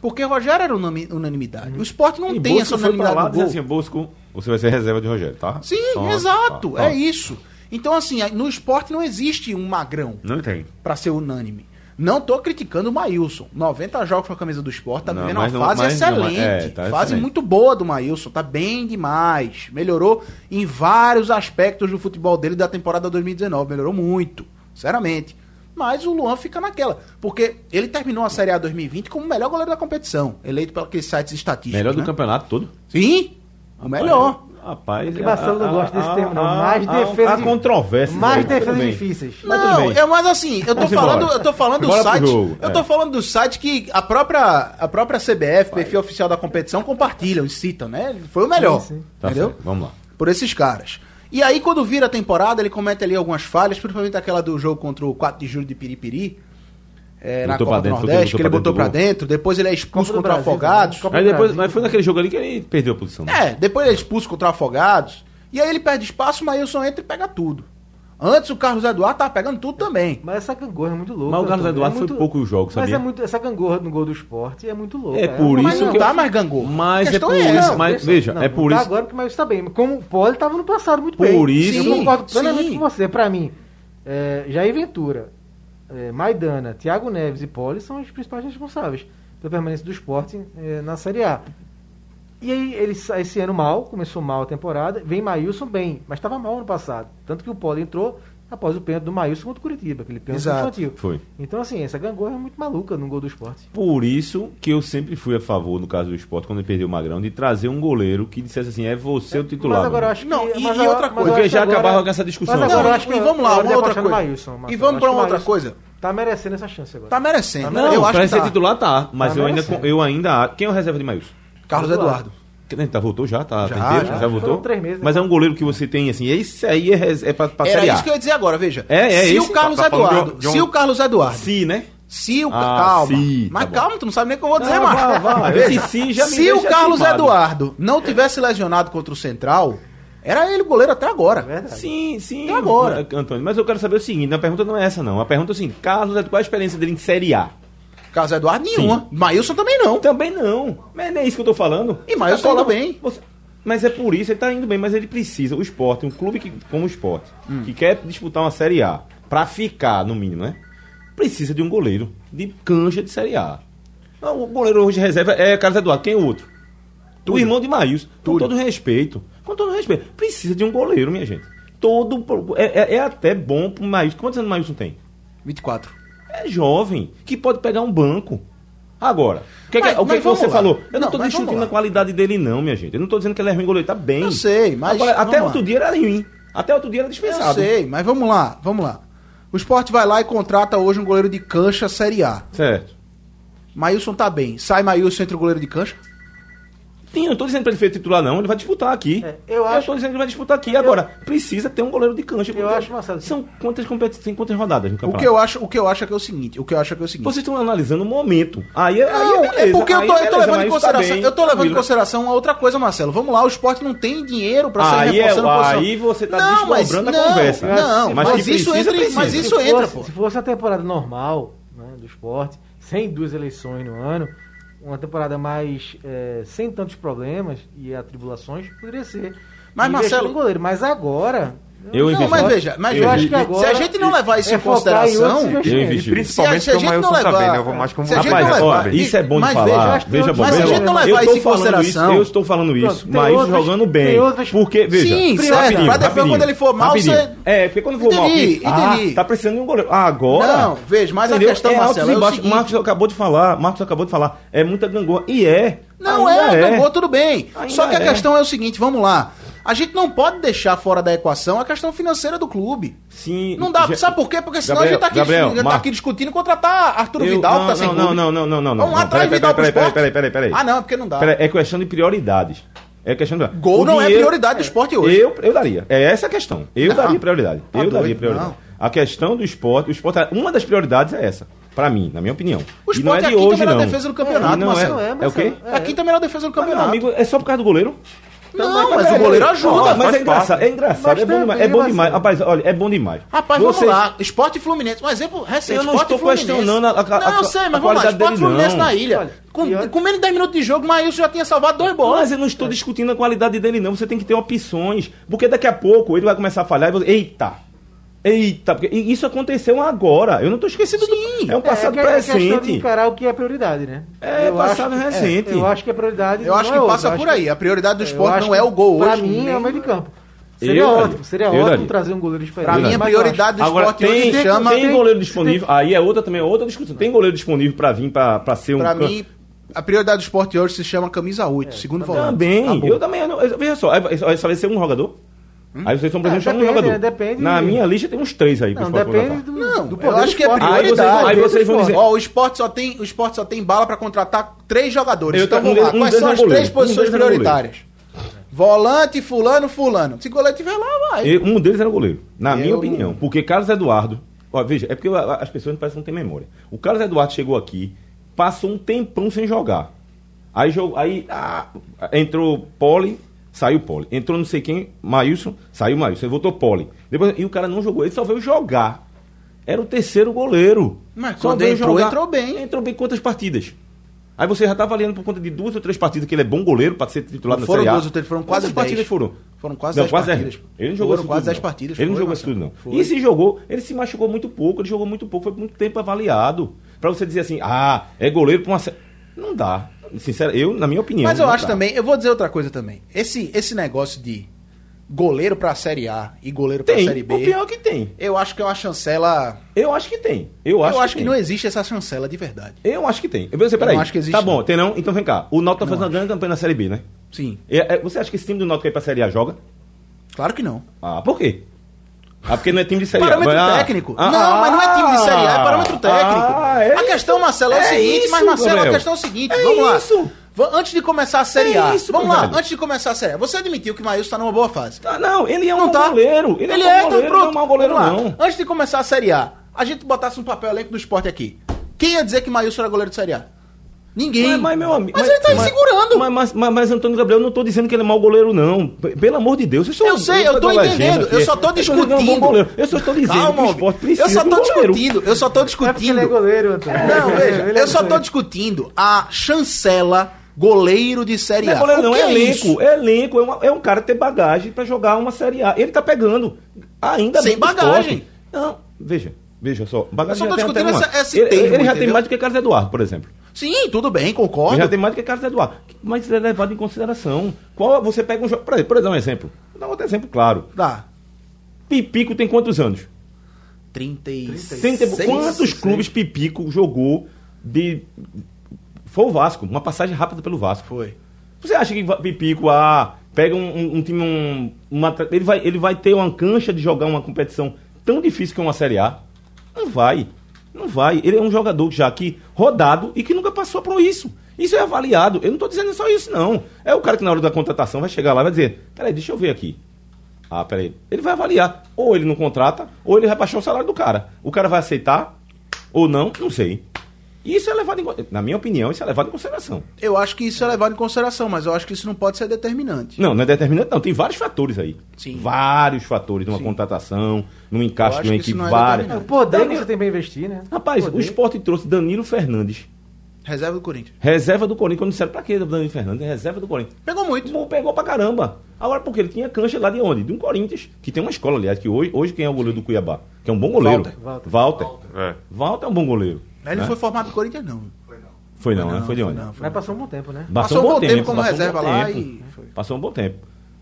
Porque Rogério era unami- unanimidade. O esporte não
Uhum. E
tem
Bosco
essa
foi pra
unanimidade
lá
no
dizer
gol.
assim, Bosco, você vai ser reserva de Rogério, tá?
Sim,
Pronto,
exato.
tá,
é
pronto.
isso. Então, assim, no esporte não existe um magrão.
Não tem.
Pra ser unânime. Não tô criticando o Maílson. 90 jogos com a camisa do esporte, tá
Não,
vivendo uma
mas não-
fase
mas não-
excelente.
é, tá
fase
excelente.
muito boa do Maílson, tá bem demais. Melhorou em vários aspectos do futebol dele da temporada 2019, melhorou muito, sinceramente. Mas o Luan fica naquela, porque ele terminou a Série A 2020 como o melhor goleiro da competição, eleito pelos sites estatísticos.
Melhor do
né?
campeonato todo.
Sim, o melhor.
Rapaz,
que Marcelo não
há-
gosta desse
há-
termo, não.
há-
Mais
há- um
defesa
Há
de-
controvérsias. aí,
Mais
tudo
defesas
bem.
difíceis.
Mas tudo
não,
bem.
é mas assim, eu tô
Vamos
falando,
embora.
eu tô falando do
Bora pro
site,
jogo,
eu
é.
tô falando do site que a própria a própria CBF, perfil oficial da competição compartilham, e citam, né? Foi o melhor.
Sim, sim.
Tá
entendeu?
certo, Vamos lá.
Por esses caras. E aí quando vira a temporada, ele comete ali algumas falhas, principalmente aquela do jogo contra o 4 de julho de Piripiri. é, na
Botou
Copa
pra dentro,
do Nordeste,
botou
que ele
pra
botou pra
dentro do
dentro, depois ele é expulso
Copa do
contra o
Brasil,
Afogados.
né? Copa
Aí
do
depois,
Brasil.
mas foi naquele jogo ali que ele perdeu a posição. né?
É, depois ele é expulso contra o Afogados. E aí ele perde espaço, o Maílson entra e pega tudo. Antes o Carlos Eduardo tava pegando tudo também.
Mas essa gangorra é muito louca.
Mas o Carlos
Antônio.
Eduardo foi pouco o jogo,
Mas
sabia?
é muito... essa gangorra no gol do esporte é muito louca.
É
uma
por
Mas
isso
não
que eu-
dá mais gangorra.
Mas
A
é
questão
por
essa.
isso, mas veja,
Então Não,
é
não
por
tá
isso.
agora porque mas está bem. Como o Poli estava no passado muito
Por
bem.
isso-
Eu concordo
Sim,
plenamente
sim.
com você. Para mim, é, Jair Ventura, é, Maidana, Thiago Neves e Poli são os principais responsáveis pela permanência do esporte é, na Série A. E aí, ele, sa- esse ano mal, começou mal a temporada, vem Maílson bem, mas estava mal ano passado. Tanto que o Poli entrou após o pênalti do Maílson contra o Curitiba, aquele pênalti
Exato.
infantil.
Foi.
Então, assim, essa gangorra é muito maluca no gol do esporte.
Por isso que eu sempre fui a favor, no caso do esporte, quando ele perdeu o Magrão, de trazer um goleiro que dissesse assim: é você o titular.
Mas agora eu
mano.
acho que.
Não, e-
mas
e
eu-
outra
mas
coisa.
eu
Porque
acho
já
que agora-
acabaram com essa discussão.
Mas agora
Não,
eu acho
e
que
vamos lá,
agora
uma outra
debochando
coisa.
Maílson,
E
Marcelo.
vamos
Acho
pra
que
uma outra
Maílson
coisa.
Tá merecendo essa chance agora.
Tá merecendo.
Não,
eu acho
pra
que
ser
tá.
titular tá, mas
Tá
eu, ainda,
merecendo.
eu ainda. Quem é o reserva de Maílson?
Carlos Eduardo.
Ele Tá, voltou já, tá?
Já,
terceiro,
já.
já, voltou?
Foram três meses, né?
Mas é um goleiro que você tem, assim, esse aí é, res- é pra, pra
Era
Série A.
isso que eu ia dizer agora, veja.
É, é
se
esse.
o Carlos
Tá falando
Eduardo,
de um- de
se
um-
o Carlos Eduardo, se,
Se, né?
o
Ah,
calma.
se, tá
mas
bom.
calma, tu não sabe nem o que eu vou dizer,
Não, vai,
macho.
vai.
Veja,
Esse se já me
se o
deixa
Carlos
animado.
Eduardo não tivesse lesionado contra o Central, era ele o goleiro até
É
agora.
verdade.
Sim, sim.
Até agora.
né, Antônio, mas eu quero saber o seguinte: a pergunta não é essa, não. A pergunta é assim: Carlos, qual a experiência dele em Série A?
Carlos Eduardo nenhuma. Maílson também não.
Também não. Mas não é isso que eu tô falando.
E Maílson
falando
tá indo bem.
Mas é por isso, ele tá indo bem, mas ele precisa. O esporte, um clube que, como o esporte,
Hum.
que quer disputar uma Série A, pra ficar, no mínimo, né? Precisa de um goleiro, de cancha de Série A. Não, o goleiro hoje de reserva é Carlos Eduardo. Quem é o outro? O irmão de Maílson. Com todo respeito. Com todo respeito. Precisa de um goleiro, minha gente. Todo. pro- É, é- é até bom pro Maílson. Quantos anos o Maílson tem?
24.
É jovem, que pode pegar um banco. Agora, o que, é que-
Mas-
o que,
mas
é que você
vamos lá.
falou? Eu não,
Não,
estou tô
mas vamos
discutindo
lá.
a qualidade dele, não, minha gente. Eu não tô dizendo que ele é ruim goleiro, ele tá bem.
Eu sei, mas
Agora,
vamos
até
lá.
outro dia era ruim. Até outro dia era
Eu
dispensado.
sei, mas vamos lá, vamos lá. O Sport vai lá e contrata hoje um goleiro de cancha Série A.
Certo.
Maílson tá bem. Sai Maílson entre o goleiro de cancha.
Sim, eu não tô dizendo pra ele ser titular, não. Ele vai disputar aqui.
É, eu acho-
tô dizendo que ele vai disputar aqui. Agora, precisa ter um goleiro de cancha.
Eu acho, Marcelo, que-
São quantas, competi... Tem quantas rodadas no
O
campeonato?
que eu acho, o que eu acho é que é o seguinte, o que eu acho é que é o seguinte.
Vocês estão analisando o momento. Aí, aí
Não, é
beleza,
porque eu
aí
tô, eu tô
beleza,
levando
mas
em
isso tá
consideração,
bem,
eu tô levando em
tranquilo.
consideração a outra coisa, Marcelo. Vamos lá, o esporte não tem dinheiro pra sair
Aí, é,
reforçando a
aí você tá desdobrando a
não,
conversa.
Não,
Mas
mas,
que
isso
precisa,
entra,
precisa.
mas
Se
isso
fosse-
entra, pô.
Se fosse a temporada normal né, do esporte, sem duas eleições no ano, uma temporada mais eh, sem tantos problemas e atribulações, poderia ser.
Mas,
E investir
Marcelo-
no goleiro, mas agora.
Eu
Não,
investi.
mas veja, mas
Eu
veja,
acho que
se a
agora
gente não levar isso
é
em
focar em outros
consideração,
investimentos.
Eu
E
investi.
principalmente
se a
porque o
gente não
Maílson tá
levar-
bem, né? Eu vou mais como
se a gente
um Rapaz,
não
ó,
levar-
isso é bom de
mas
falar.
veja,
Veja, bom,
mas
veja
se a gente
bom.
não levar
eu
isso
tô
em
falando
consideração-
Isso, eu estou falando isso,
Pronto, tem
mas
outras-
jogando
tem
bem.
outras-
Porque, veja.
Sim, certo, pra depois quando ele for mal,
rapidinho.
você-
É, porque quando for mal.
Entendi,
porque- ah,
entendi.
tá precisando de um goleiro. Ah, agora.
Não, veja, mas a questão,
é altos
Marcelo,
e
é o
baixos.
seguinte-
Marcos acabou de falar, Marcos acabou de falar. É muita gangorra. E é.
Não
ainda
é, Gangô, tudo bem.
Ainda
Só que a
é.
questão é o seguinte, vamos lá. A gente não pode deixar fora da equação a questão financeira do clube.
Sim.
Não dá,
já-
sabe por quê? Porque senão
Gabriel,
a gente tá aqui,
Gabriel,
a gente tá
Marcos.
aqui discutindo contratar Arthur
Eu-
Vidal,
não,
que tá sem
não,
clube.
não, não, não, não, não,
Vamos lá
não,
atrás
peraí,
Vidal pro
peraí, peraí,
esporte.
peraí, peraí, peraí.
Ah, não, é porque não dá.
Pera, é questão de prioridades. É questão de...
Gol
O
não é prioridade do esporte hoje.
Eu, eu daria. É essa a questão. Eu
Não.
daria prioridade.
Tá
eu
doido,
daria prioridade.
não.
A questão do esporte, o esporte, uma das prioridades é essa, pra mim, na minha opinião.
O
E não é
esporte
de
é a quinta
hoje
melhor
não.
defesa do campeonato,
não
Marcelo.
É,
Não é,
é o quê?
Marcelo.
É a quinta melhor defesa do
Mas, meu
campeonato.
amigo, é só por causa do goleiro?
Então, não, mas o goleiro ajuda.
mas
faz
é engraçado,
parte.
é engraçado,
Mas
é bom demais. É bom
também,
demais.
Marcelo.
Rapaz, olha, é bom demais.
Rapaz,
Vocês-
vamos lá. Esporte e Fluminense. Um exemplo recente.
Eu não
Sport e
estou
Fluminense.
questionando a- a- a-
Não, eu sei,
a
mas vamos lá.
qualidade
Esporte e
dele,
Fluminense
não.
na ilha.
Olha,
com,
e olha-
com menos de 10 minutos de jogo, Maílson já tinha salvado dois bolas.
Mas eu não estou discutindo a qualidade dele, não. Você tem que ter opções. Porque daqui a pouco ele vai começar a falhar e você. Eita! Eita! Porque e isso aconteceu agora. Eu não estou esquecido do. É um passado
que- questão de
recente.
encarar o que é prioridade, né?
É, passado
acho que-
recente.
é, eu acho que a prioridade
Eu acho
não é
que
outra.
passa
Eu
por
acho
aí. A prioridade do
que- eu
esporte
acho
não é
que
o gol
pra
hoje.
mim é o meio de campo. Seria
Eu daria.
ótimo, seria
Eu
ótimo
daria.
trazer um goleiro experiente.
Pra mim, a
mas eu
prioridade do
Agora
esporte hoje
tem,
se
tem,
chama.
tem-
goleiro disponível. Aí é outra também, é outra discussão. Tem goleiro disponível para vir para ser um
Pra
can-
mim, a prioridade do esporte hoje se chama camisa 8,
É, tá
segundo volante.
Também,
Acabou.
eu também. eu não- eu- veja só, aí vai- só vai ser um jogador? Aí vocês estão
Ah,
presentes um
depende,
jogador.
né? Depende.
Na minha lista tem uns três aí. pro
Não,
esporte
depende
contratar.
do,
Não,
do
eu acho que é
do
Aí
esporte.
vocês-
prioridade.
aí vocês vão dizer-
Ó, o esporte só tem, o esporte só tem bala pra contratar três jogadores.
Eu
então
tô- um
vamos lá.
deles- um
Quais
deles
são
é
as
goleiro.
três
Um
posições
deles é goleiro.
prioritárias? Volante, fulano, fulano. Se goleiro tiver lá, vai.
E um deles era goleiro, na minha
Eu-
opinião. Porque Carlos Eduardo. Ó, veja, é porque a- as pessoas parecem que não têm memória. O Carlos Eduardo chegou aqui, passou um tempão sem jogar. Aí, jogou, aí ah, entrou Poli, saiu Poli. Entrou não sei quem, Maílson, saiu Maílson. Aí Voltou Poli. Depois, e o cara não jogou, ele só veio jogar. Era o terceiro goleiro.
Mas
Só
quando
veio
entrou, entrou bem.
Entrou bem quantas partidas? Aí você já tá valendo por conta de duas ou três partidas que ele é bom goleiro para ser titular
Não
na
foram
Série A.
duas ou três, foram quase
Quantas partidas
dez.
foram?
Foram quase
não,
dez
quase
partidas.
dez. Ele não jogou
Foram
isso
quase
tudo,
dez
não.
partidas.
Ele não
Foi,
jogou isso tudo, não.
Marcelo. Foi.
E se jogou, ele se machucou muito pouco, ele jogou muito pouco, foi muito tempo avaliado. Pra você dizer assim, ah, é goleiro pra uma. sé- Não dá. Sincero, eu, na minha opinião.
Mas eu
não tá.
acho
dá.
também, eu vou dizer outra coisa também. Esse, esse negócio de goleiro pra Série A e goleiro pra
Tem.
Série
O
B,
pior é que tem.
eu acho que é uma chancela.
Eu acho que tem. Eu acho,
eu acho que,
tem.
não existe essa chancela de verdade.
Eu acho que tem. Eu pensei, peraí.
Eu acho que existe,
Tá bom,
não.
tem não? Então vem cá. O Náutico tá fazendo uma grande campanha na Série B, né?
Sim.
É, é, você acha que esse time do Náutico aí pra Série A joga?
Claro que não.
Ah, por quê? Ah, porque não é time de Série A.
Parâmetro
Mas, ah,
técnico.
ah,
não, mas não é time de Série A, é
ah,
parâmetro técnico.
ah, é
a questão, Marcelo, é, o
É
seguinte, mas
isso,
Marcelo, a
Gabriel.
questão é o seguinte,
É
vamos lá.
isso.
Va- Antes de começar a Série
É
A,
isso,
vamos lá,
velho.
antes de começar a Série A, você admitiu que o Maílson tá numa boa fase.
Ah, não, ele é um
Não
bom
tá? então
goleiro. Ele, é, um bom goleiro, não é um mau goleiro,
Vamos lá.
não.
Antes de começar a Série A, a gente botasse um papel elenco do esporte aqui. Quem ia dizer que Maílson era goleiro de Série A? Ninguém.
Mas, mas, meu amigo.
Mas ele tá segurando.
Mas, mas, mas, mas, Antônio Gabriel, eu não tô dizendo que ele é mau goleiro, não. P- Pelo amor de Deus, eu sou
Eu sei, eu tô
da
entendendo,
legenda aqui.
eu só tô
dizendo que ele é um bom
discutindo.
goleiro. Eu só tô dizendo que o
Calma,
esporte
eu
precisa.
só
de
tô
um goleiro.
discutindo, eu só tô
É porque ele
discutindo.
é goleiro, Antônio.
Não, veja,
Ele é
eu só tô
goleiro.
discutindo a chancela goleiro de Série
Não
A.
é goleiro,
O
não,
que
é elenco.
isso?
É elenco, é, uma- é um cara ter bagagem pra jogar uma Série A. Ele tá pegando. Ainda
Sem
bem que o
bagagem.
esporte- Não, veja, veja só. Bagagem
Eu só tô
já tem até
discutindo
uma.
essa- esse
ele,
termo,
ele já tem
entendeu?
mais do que Carlos Eduardo, por exemplo.
Sim, tudo bem,
Ele já
concordo.
tem mais do que Carlos Eduardo. Mas ele é levado em consideração. Qual você pega um jogo. Por exemplo, por dar um exemplo. Vou dar outro exemplo, claro.
Tá.
Pipico tem quantos anos?
36.
Tem tempo- quantos clubes Pipico jogou de. Foi o Vasco, uma passagem rápida pelo Vasco.
foi?
Você acha que va- Pipico, ah, pega um, um- um time, um, uma tra- ele, vai, ele vai ter uma cancha de jogar uma competição tão difícil que é uma Série A? Não vai. Não vai. Ele é um jogador já que rodado e que nunca passou por isso. Isso é avaliado. Eu não estou dizendo só isso, não. É o cara que na hora da contratação vai chegar lá e vai dizer, peraí, deixa eu ver aqui. Ah, peraí. Ele vai avaliar. Ou ele não contrata, ou ele vai baixar o salário do cara. O cara vai aceitar ou não, não sei. Isso é levado em con- Na minha opinião, isso é levado em consideração.
Eu acho que isso é levado em consideração, mas eu acho que isso não pode ser determinante.
Não, não é determinante, não. Tem vários fatores aí.
Sim.
Vários fatores. Numa
Sim.
contratação, num encaixe
Eu
de
acho
uma
que isso
equipe,
não é
várias.
É, O
determinante.
poder que
Danilo-
você tem pra investir, né?
Rapaz,
poder.
o esporte trouxe Danilo Fernandes,
Reserva do Corinthians.
reserva do Corinthians. Quando disseram, pra que Danilo Fernandes? É Reserva do Corinthians.
Pegou muito.
Bom, pegou pra caramba. Agora, porque ele tinha cancha lá de onde? De um Corinthians, que tem uma escola, aliás, que hoje, hoje quem é o goleiro do Cuiabá? Que é um bom goleiro.
Walter.
Walter.
Walter.
Walter,
É.
Walter é um bom goleiro.
Ele não
né?
foi formado do Corinthians, não.
Foi não, né?
Não,
Foi de onde?
não, foi
Mas
não.
passou um bom tempo, né?
Passou, um bom tempo, passou um
como
bom
reserva lá
tempo.
e foi.
Passou um bom tempo.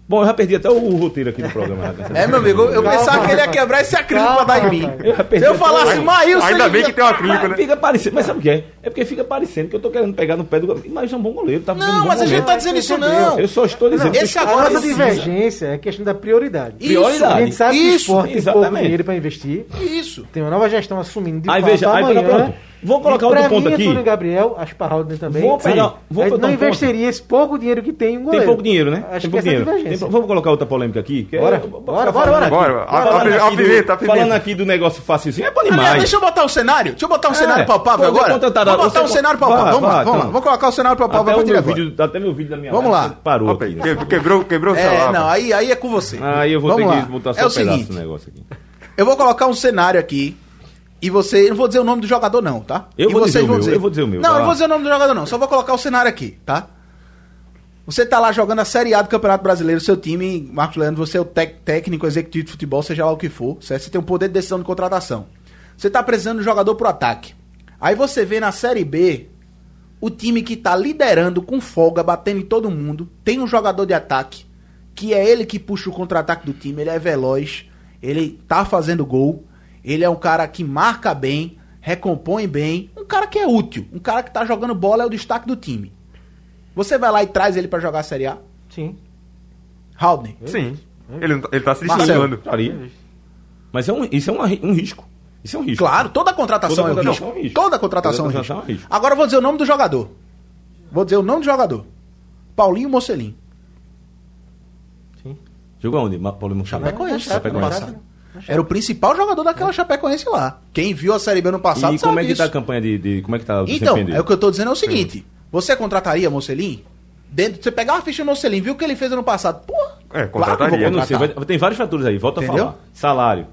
Bom, eu já perdi até o roteiro aqui do programa. né?
É, meu amigo, eu
Calma,
pensava que ele ia
rapaz.
quebrar esse acrílico pra
Calma,
dar em mim.
rapaz.
Eu já perdi
Se eu
até
falasse,
o-
Maílson...
Ainda
ele
bem
ia-
que tem um acrílico,
Mas
né?
Fica parecendo, mas sabe o que é? É porque fica parecendo que eu tô querendo pegar no pé do. Mas é um bom goleiro, tá fazendo um
Não,
bom
mas a gente
momento.
tá dizendo isso, não.
Eu só estou dizendo
esse
que
agora
a nossa
precisa.
divergência é questão da prioridade.
Isso,
A
prioridade.
gente sabe que o
Isso,
esporte tem pouco
exatamente.
dinheiro pra investir.
Isso.
Tem uma nova gestão assumindo de
Aí
fato
veja, aí veja,
amanhã.
pronto. Vou colocar outro
pra
ponto
mim,
aqui.
Antônio Gabriel, acho que Haldner também.
Vou pegar- vou
a gente
botar
não
um
investiria esse pouco dinheiro que tem em um
é
goleiro.
Tem pouco dinheiro, né?
Acho
Tem
que
pouco
essa é a
dinheiro.
divergência.
Tem- vamos colocar outra polêmica aqui. que é-
Bora,
Vou-
bora,
falando
bora, bora.
aqui-
Bora, a-
falando
a-
aqui
a- apimenta,
do-
apimenta.
Falando aqui do negócio facilzinho, é bom
Aliás,
demais.
deixa eu botar o cenário. Deixa eu botar um cenário
É.
palpável
Vou
agora. Vou
contratar-
botar
você-
um cenário palpável.
Vá, vá,
vamos lá, vamos
então.
lá. Vou colocar o cenário palpável
Até
a
o,
partir
meu
agora.
vídeo, até meu vídeo da minha
Vamos
live
lá.
parou
Opa,
aqui.
que- quebrou, quebrou o
tá É,
celular.
não, aí, aí é com você.
Aí eu vou
Vamos
ter
lá.
que botar só
É o
um pedaço do
seguinte,
negócio aqui.
eu vou colocar um cenário aqui. E você, eu não vou dizer o nome do jogador não, tá?
Eu
E
vou
vocês
dizer o
vão
meu, eu vou dizer o meu,
Não,
vai
eu
lá.
vou dizer o nome do jogador não, só vou colocar o cenário aqui, tá? Você tá lá jogando a Série A do Campeonato Brasileiro, seu time, Marcos Leandro, você é o tec- técnico, executivo de futebol, seja lá o que for, certo? Você tem um poder de decisão de contratação. Você tá precisando de um jogador pro ataque. Aí você vê na Série B o time que tá liderando com folga, batendo em todo mundo, tem um jogador de ataque, que é ele que puxa o contra-ataque do time, ele é veloz, ele tá fazendo gol, ele é um cara que marca bem, recompõe bem, um cara que é útil, um cara que tá jogando bola é o destaque do time. Você vai lá e traz ele pra jogar a Série A?
Sim.
Haldner.
Sim. Ele, não tá- ele tá se
é Marcelo.
estimulando.
Faria. Mas é um, isso é uma ri- um risco. Isso é um risco.
Claro, toda contratação,
Toda
é, um
contratação
risco.
é um risco.
Toda contratação,
Toda
é, um risco.
contratação é um risco.
Agora eu vou dizer o nome do jogador. Vou dizer o nome do jogador. Paulinho Mocelin.
Jogou onde? Ma- Paulo Machado.
Chapecoense, ano
Chapecoense.
passado. Era o principal jogador daquela Chapecoense lá. Quem viu a Série B no passado
E
sabe
como é que
disso.
tá a campanha de, de- como é que tá o
Então,
desempenho dele?
é o que eu tô dizendo é o seguinte. Você contrataria Mocelin? Dentro, você pegar uma ficha do Mocelin, viu o que ele fez ano passado? Pô,
É,
claro que eu vou
contrataria.
Eu não sei, assim? vai- tem vários fatores aí, volta
Entendeu?
a falar. Salário.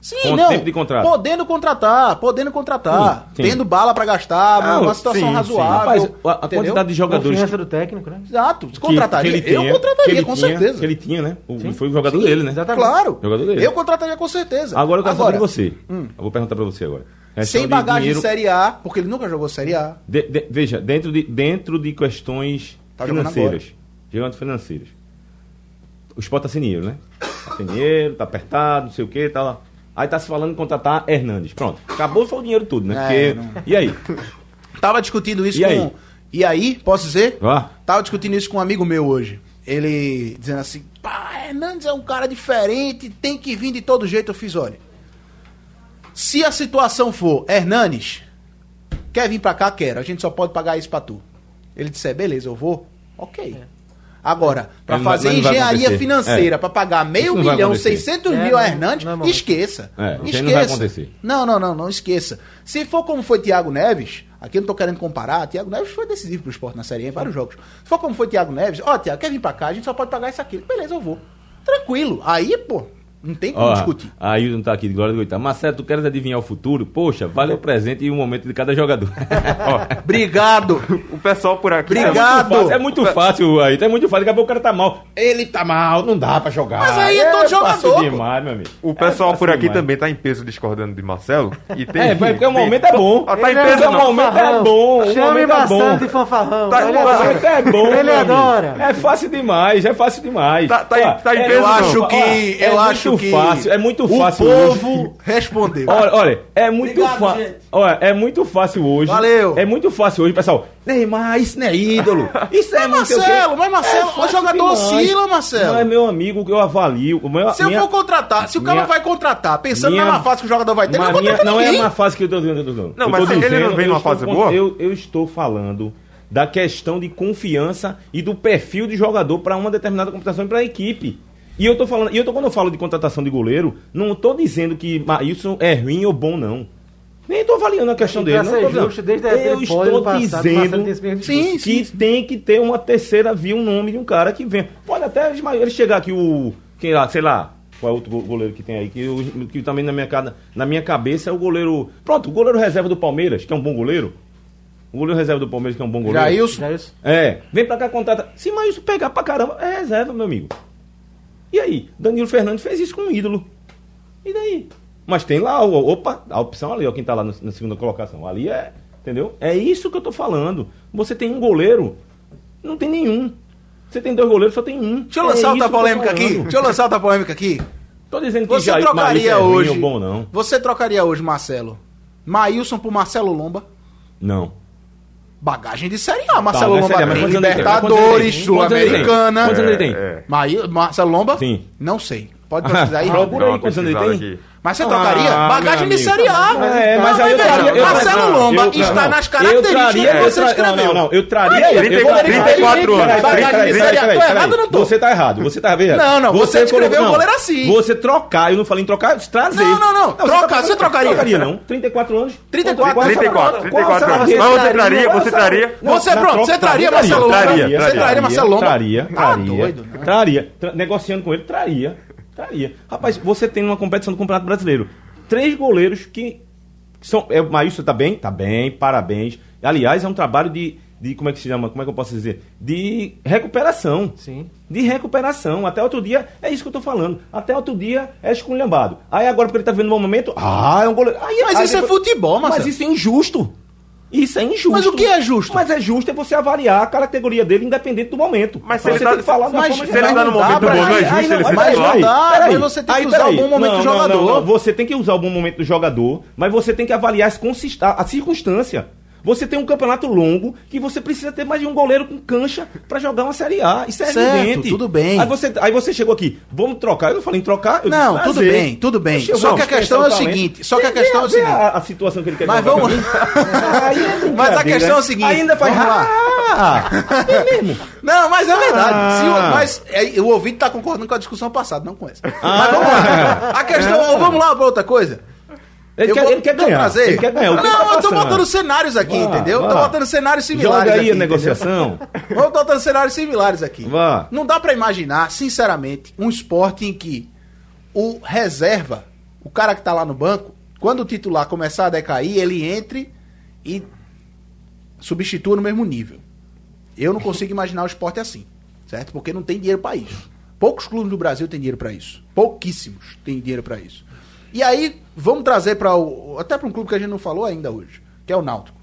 Sim,
Quanto
não.
tempo de contrato?
Podendo contratar, podendo contratar,
Sim, sim.
tendo bala pra gastar,
Não,
uma situação
sim,
razoável.
Rapaz, a, a
entendeu?
quantidade de jogadores
Confiança do técnico, né?
Exato,
que-
contrataria.
que ele tinha,
eu contrataria,
que ele
com
tinha,
certeza.
Que ele tinha, né? O- Foi o jogador dele, né?
exatamente.
Claro.
Jogador dele.
Eu contrataria com certeza.
Agora Hum. eu quero saber de você. Eu vou perguntar pra você agora. Questão
Sem
de
bagagem
dinheiro-
de Série A, porque ele nunca jogou Série A.
de- de- Veja, dentro de, dentro de questões
Tá jogando
financeiras. Jogando financeiras. O Sport tá sem dinheiro, né? Tá sem dinheiro, tá apertado, não sei o que, tá lá. Aí tá se falando em contratar Hernandes. Pronto. Acabou foi o dinheiro tudo, né?
É,
Porque... E aí?
Tava discutindo isso
E
com.
aí?
E aí, posso dizer?
Vá.
Tava discutindo isso com um amigo meu hoje. Ele dizendo assim: pá, Hernandes é um cara diferente, tem que vir de todo jeito. Eu fiz: olha. Se a situação for, Hernandes, quer vir pra cá? Quero. A gente só pode pagar isso pra tu. Ele disse: é, beleza, eu vou. Ok.
É.
Agora, pra
É. Mas não vai-
fazer
mas não vai
engenharia
acontecer.
financeira,
É.
pra pagar meio
Isso não vai
milhão,
acontecer.
600
É,
mil
não-
a Hernandes,
não é momento.
esqueça.
É, isso
esqueça.
aí não vai acontecer.
Não, não, não, não esqueça. Se for como foi Thiago Neves, aqui eu não tô querendo comparar, Thiago Neves foi decisivo pro esporte na série A em vários jogos. Se for como foi Thiago Neves, ó, Thiago, quer vir pra cá, a gente só pode pagar isso aqui. Beleza, eu vou. Tranquilo. Aí, pô, não tem como
Ó,
discutir.
a Ailton tá aqui de Glória do Goitá. Marcelo, tu queres adivinhar o futuro? Poxa, vale o presente e o momento de cada jogador.
Obrigado.
O pessoal por aqui. tá
Obrigado.
É muito fácil, Ailton. É muito fácil. Daqui a pouco o cara tá mal. Ele tá mal, não dá pra jogar.
Mas aí é todo
fácil
jogador, pô.
demais, meu amigo.
O pessoal
É fácil
por aqui
demais.
também tá em peso discordando de Marcelo. E tem,
É, porque o
tem-
momento é bom.
Ah, tá em
Ele
peso,
é
o
um
não.
momento é
fanfarrão.
bom. O
Chame
momento é bom.
bastante fanfarrão.
Tá
ele
bom,
O
adora.
momento é bom.
Ele
meu amigo.
adora.
É fácil demais, é fácil demais.
Tá- tá em-
Ó,
tá em
é
peso,
muito
não?
fácil, ó, é muito fácil, é muito fácil.
O
hoje.
povo respondeu.
Olha, olha, é muito
Obrigado,
fácil.
gente.
Olha, é muito fácil hoje.
Valeu.
É muito fácil hoje, pessoal. Neymar, isso não é ídolo. Isso é muito
Marcelo, mas Marcelo, o jogador oscila, Marcelo.
Mas é meu amigo, eu avalio. O meu,
se eu
minha-
for contratar, se o cara
minha-
vai contratar, pensando
minha-
na má fase que o jogador vai ter,
mas
não vai
minha-
contratar
não é
ninguém.
uma fase que eu tô dizendo.
Não,
eu
mas
tô
ele não
dizendo,
vem numa
eu estou
fase
con-
boa?
Eu, eu estou falando da questão de confiança e do perfil de jogador para uma determinada computação e para a equipe. E eu tô falando, e eu tô, quando eu falo de contratação de goleiro, não tô dizendo que Maílson é ruim ou bom, não. Nem tô avaliando a questão
E
dele.
pra
Não
ser
tô dizendo.
justo, desde a
eu
época do pole
estou
do passado, Marcelo tem esse
dizendo
mesmo
Sim, sim,
que tem que ter uma terceira via, um nome de um cara que vem. Pode até esma- ele chegar aqui, o. Quem lá, sei lá, qual é outro go- goleiro que tem aí, que, eu- que também na minha, ca- na minha cabeça é o goleiro. Pronto, o goleiro reserva do Palmeiras, que é um bom goleiro. O goleiro reserva do Palmeiras, que é um bom goleiro.
Jailson,
Já isso?
É, vem pra cá, contrata. Se Maílson pegar pra caramba, é reserva, meu amigo. E aí? Danilo Fernandes fez isso com um ídolo. E daí? Mas tem lá, o- opa, a opção ali, ó, quem tá lá no- na segunda colocação. Ali é, entendeu? É isso que eu tô falando. Você tem um goleiro, não tem nenhum. Você tem dois goleiros, só tem um.
Deixa eu
é
lançar
isso
outra
que eu tô
polêmica aqui.
falando.
Deixa eu lançar outra polêmica aqui.
Tô dizendo que
Você
Jair Maílson
trocaria
é ruim
hoje.
ou bom, não.
Você trocaria hoje, Marcelo? Maílson por Marcelo Lomba?
Não.
Bagagem de Série A, Marcelo
Tá, mas
Lomba.
sério, mas
tem
quantos anos ele tem? Quantos anos
Libertadores,
ele tem?
Sul-Americana.
né? Quantos anos ele tem?
É,
Maí- Marcelo Lomba?
Sim.
Não sei. Pode pesquisar aí.
Procura aí
Dá uma
quantos anos ele
pesquisada
tem.
aqui.
Mas você trocaria?
Ah,
Bagagem
meu
de
amigo.
Série A.
É, mas
Não,
aí eu
veja,
traria- eu
Marcelo
traria-
Lomba
eu tra-
está
não.
nas
Eu
características
traria,
que
eu
você
traria. Não,
escreveu.
não, não. Eu traria.
Mas
eu
ele tem
traria-
34
Peraí,
anos.
peraí,
Bagagem de
peraí,
Série A.
peraí,
Tô
peraí.
errado ou não tô?
Você tá errado. Você tá errado.
Não, não, você
colocou-
descreveu o
não,
goleiro assim.
Você trocar, eu não falei em trocar, eu disse trazer.
Não, não, não. Troca,
tá-
você trocaria?
Trocaria, não. 34 anos.
34,
Qual é o salário?
34,
Qual é o
34
salário?
anos. Mas você
Qual é o
traria,
salário?
você traria?
Não,
Você,
na
pronto,
troca,
você traria Marcelo Lomba?
traria,
Você
traria,
traria Marcelo Lomba?
Traria,
Tá
traria.
doido, não.
Traria. Tra- Negociando com ele, traria. Traria. Rapaz, você tem numa competição do Campeonato Brasileiro três goleiros que são... É, o Maílson tá bem? Tá bem, parabéns. Aliás, é um trabalho de... de como é que se chama? Como é que eu posso dizer? De recuperação.
Sim.
De recuperação. Até outro dia, é isso que eu tô falando. Até outro dia é esculhambado. Aí agora, porque ele tá vendo um momento, ah, é um goleiro. Aí,
Mas
aí
isso é futebol,
Mas
Marcelo.
isso é injusto. Isso é injusto.
Mas o que é justo?
Mas é justo é você avaliar a categoria dele independente do momento.
Mas se ele
você
tá-
tem que falar de uma
mas
forma
se ele
geral.
tá no momento
Não dá pra-
bom, não é
aí-
justo
aí
ele ser
mas
titular?
não dá,
Peraí,
mas você tem
aí
que usar
peraí.
o bom momento
Não,
do
não,
jogador.
não, não.
Você tem que usar o bom momento do jogador, mas você tem que avaliar as consist- a, a circunstância. Você tem um campeonato longo que você precisa ter mais de um goleiro com cancha pra jogar uma Série A. Isso é
Certo,
evidente.
tudo bem.
Aí você, aí você chegou aqui, vamos trocar. Eu não falei em trocar. Eu
Não,
disse,
tudo
prazer.
bem, tudo bem.
Poxa, eu
Só
vou
que a questão é o
expressar talento.
seguinte, só que a
Vê-
questão é
vê
o seguinte.
A, a situação que ele quer
Mas
colocar
vamos-
pra mim. Aí é
Mas a
brincadeira,
questão é o
né?
seguinte,
Ainda faz.
vamos lá.
Ah, é mesmo.
Não, mas é verdade.
Ah.
Se o- mas é, o ouvinte tá concordando com a discussão passada, não com essa.
Ah.
Mas vamos lá. A questão, é, vamos lá pra outra coisa.
Ele,
Eu
quer,
vou-
ele quer
vou
ganhar.
trazer.
Ele quer ganhar. O que
não,
tá
eu tô
passando?
botando cenários aqui,
Vá,
entendeu? Tô
vá.
botando cenários similares
Joga aí
aqui,
a negociação.
entendeu? Vou botando cenários similares aqui.
Vá.
Não dá pra imaginar, sinceramente, um esporte em que o reserva, o cara que tá lá no banco, quando o titular começar a decair, ele entre e substitua no mesmo nível. Eu não consigo imaginar o esporte assim, certo? Porque não tem dinheiro pra isso. Poucos clubes do Brasil têm dinheiro pra isso. Pouquíssimos têm dinheiro pra isso. E aí, vamos trazer para o até pra um clube que a gente não falou ainda hoje, que é o Náutico.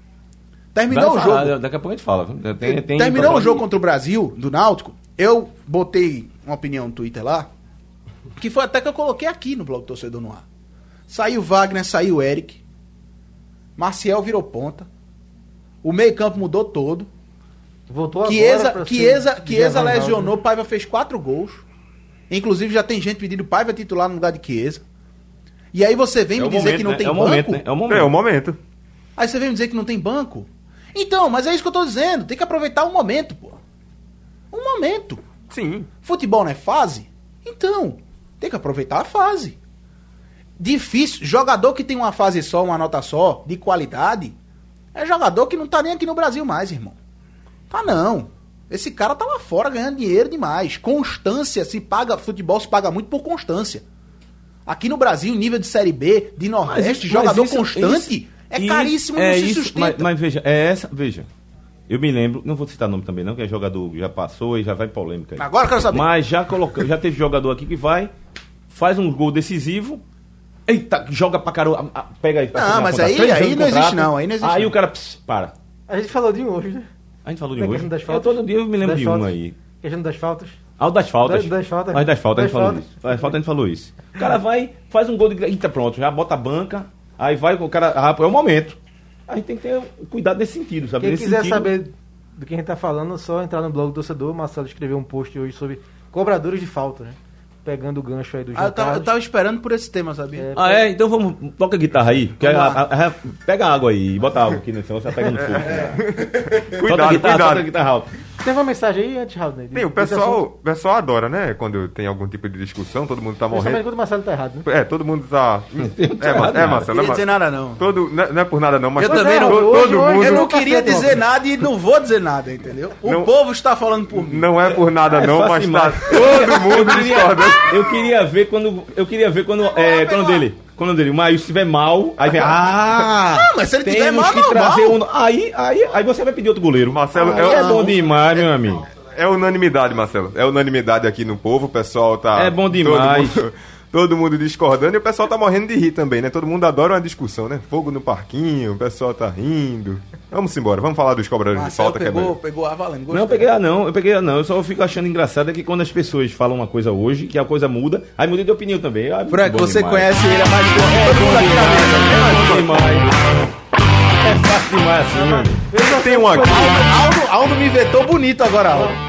Terminou
Vai
o
falar,
jogo.
Daqui a pouco a gente fala. Tem- tem-
Terminou o
tem-
jogo contra o Brasil, do Náutico, eu botei uma opinião no Twitter lá, que foi até que eu coloquei aqui no blog Torcedor no Ar. Saiu Wagner, saiu Eric, Marcial virou ponta, o meio campo mudou todo,
Voltou agora.
Chiesa,
pra
Chiesa,
ser
Chiesa
Giovanni
lesionou,
Ronaldo. né?
Paiva fez quatro gols, inclusive já tem gente pedindo Paiva titular no lugar de Chiesa, e aí você vem
É
me
o
dizer
momento,
que não
né?
tem
É o
banco?
momento, né? É o momento.
É o momento.
Aí você vem me dizer que não tem banco? Então, mas é isso que eu tô dizendo. Tem que aproveitar o momento, pô. Um momento.
Sim.
Futebol não é fase? Então, tem que aproveitar a fase. Difícil. Jogador que tem uma fase só, uma nota só, de qualidade, é jogador que não tá nem aqui no Brasil mais, irmão. Tá não. Esse cara tá lá fora ganhando dinheiro demais. Constância se paga, futebol se paga muito por constância. Aqui no Brasil, nível de Série B, de
Mas
Nordeste,
isso-
jogador
mas isso-
constante
isso-
é
isso-
caríssimo,
é
não se
isso,
sustenta.
Mas, mas veja, é essa. Veja. Eu me lembro, não vou citar nome também, não, que é jogador, já passou e já vai em polêmica aí.
Agora eu quero saber.
Mas já colocou, já teve jogador aqui que vai, faz um gol decisivo. Eita, joga pra caramba. ah, ah, Pega aí. pra
Não,
assinar
mas
contrato,
aí-
três
aí
anos de
não existe
contrato.
não, aí não existe
Aí
não.
o cara, pss, para.
A gente falou de um hoje, né?
A gente falou de
Da
hoje.
questão das
Eu
faltas.
todo dia eu me lembro
Das
de uma
faltas.
aí.
Questão das faltas.
Ah, o das faltas.
Das- das faltas.
Mas das faltas a gente
Das
falou
faltas.
isso. Das faltas a gente falou isso. O cara vai, faz um gol de. Eita, pronto, já bota a banca. Aí vai com o cara. Ah, é o momento. A gente tem que ter cuidado nesse sentido, sabe?
Quem
Nesse
quiser
sentido-
saber do que a gente tá falando, é só entrar no blog do torcedor. O Marcelo escreveu um post hoje sobre cobradores de falta, né? Pegando o gancho aí do
Ah, eu,
Jean
tava, eu
Carlos.
tava esperando por esse tema, sabia?
Ah, é? Então vamos. Toca a guitarra aí. Que
Vamos
a-
lá.
a- a- pega água aí e bota água aqui, né? Senão você tá pegando fogo. Solta a guitarra, solta
Cuidado,
a
cuidado.
guitarra alta.
Tem uma mensagem aí antes, Raul, né?
Tem, o pessoal, o pessoal adora, né? Quando tem algum tipo de discussão, todo mundo tá
Principalmente
morrendo.
quando o Marcelo tá errado, né?
É, todo mundo tá. É,
errado
Mar- é,
nada.
Não
Marcelo. é
queria
Mar-
dizer nada, não.
Todo, não é- não é por nada, não, mas
Eu também não.
todo,
Hoje,
todo
hoje,
mundo.
Eu não
tá
queria
certo,
dizer
Roberto.
nada e não vou dizer nada, entendeu? O
Não-
povo está falando por mim.
Não é por nada, não,
fácil
mas tá
demais.
todo
Eu
mundo
queria,
discordando.
eu queria ver quando. Eu queria ver quando. É, quando dele. Quando dele. Mas se estiver mal, aí vem. Ah!
Ah, mas se ele
é
tiver
temos
mal,
que
normal.
trazer um. Aí, aí, aí você vai pedir outro goleiro.
Marcelo,
aí
eu-
é bom demais, meu amigo.
É unanimidade, Marcelo. É unanimidade aqui no povo, o pessoal tá.
É bom
todo
demais.
mundo- Todo mundo, discordando e o pessoal tá morrendo de rir também, né? Todo mundo adora uma discussão, né? Fogo no parquinho, o pessoal tá rindo. Vamos embora, vamos falar dos cobradores de
Marcelo
falta, que é
pegou,
bom.
pegou a valendo.
Não, eu peguei a não, eu peguei a não. Eu só fico achando engraçado é que quando as pessoas falam uma coisa hoje, que a coisa muda, aí muda de opinião também. Ah,
Frank,
bom
você
demais.
conhece ele há mais de todo mundo aqui na mesa.
É bom
né,
demais. É fácil demais assim, meu amigo.
Tem um aqui.
Aldo, Aldo me vetou bonito agora, Aldo.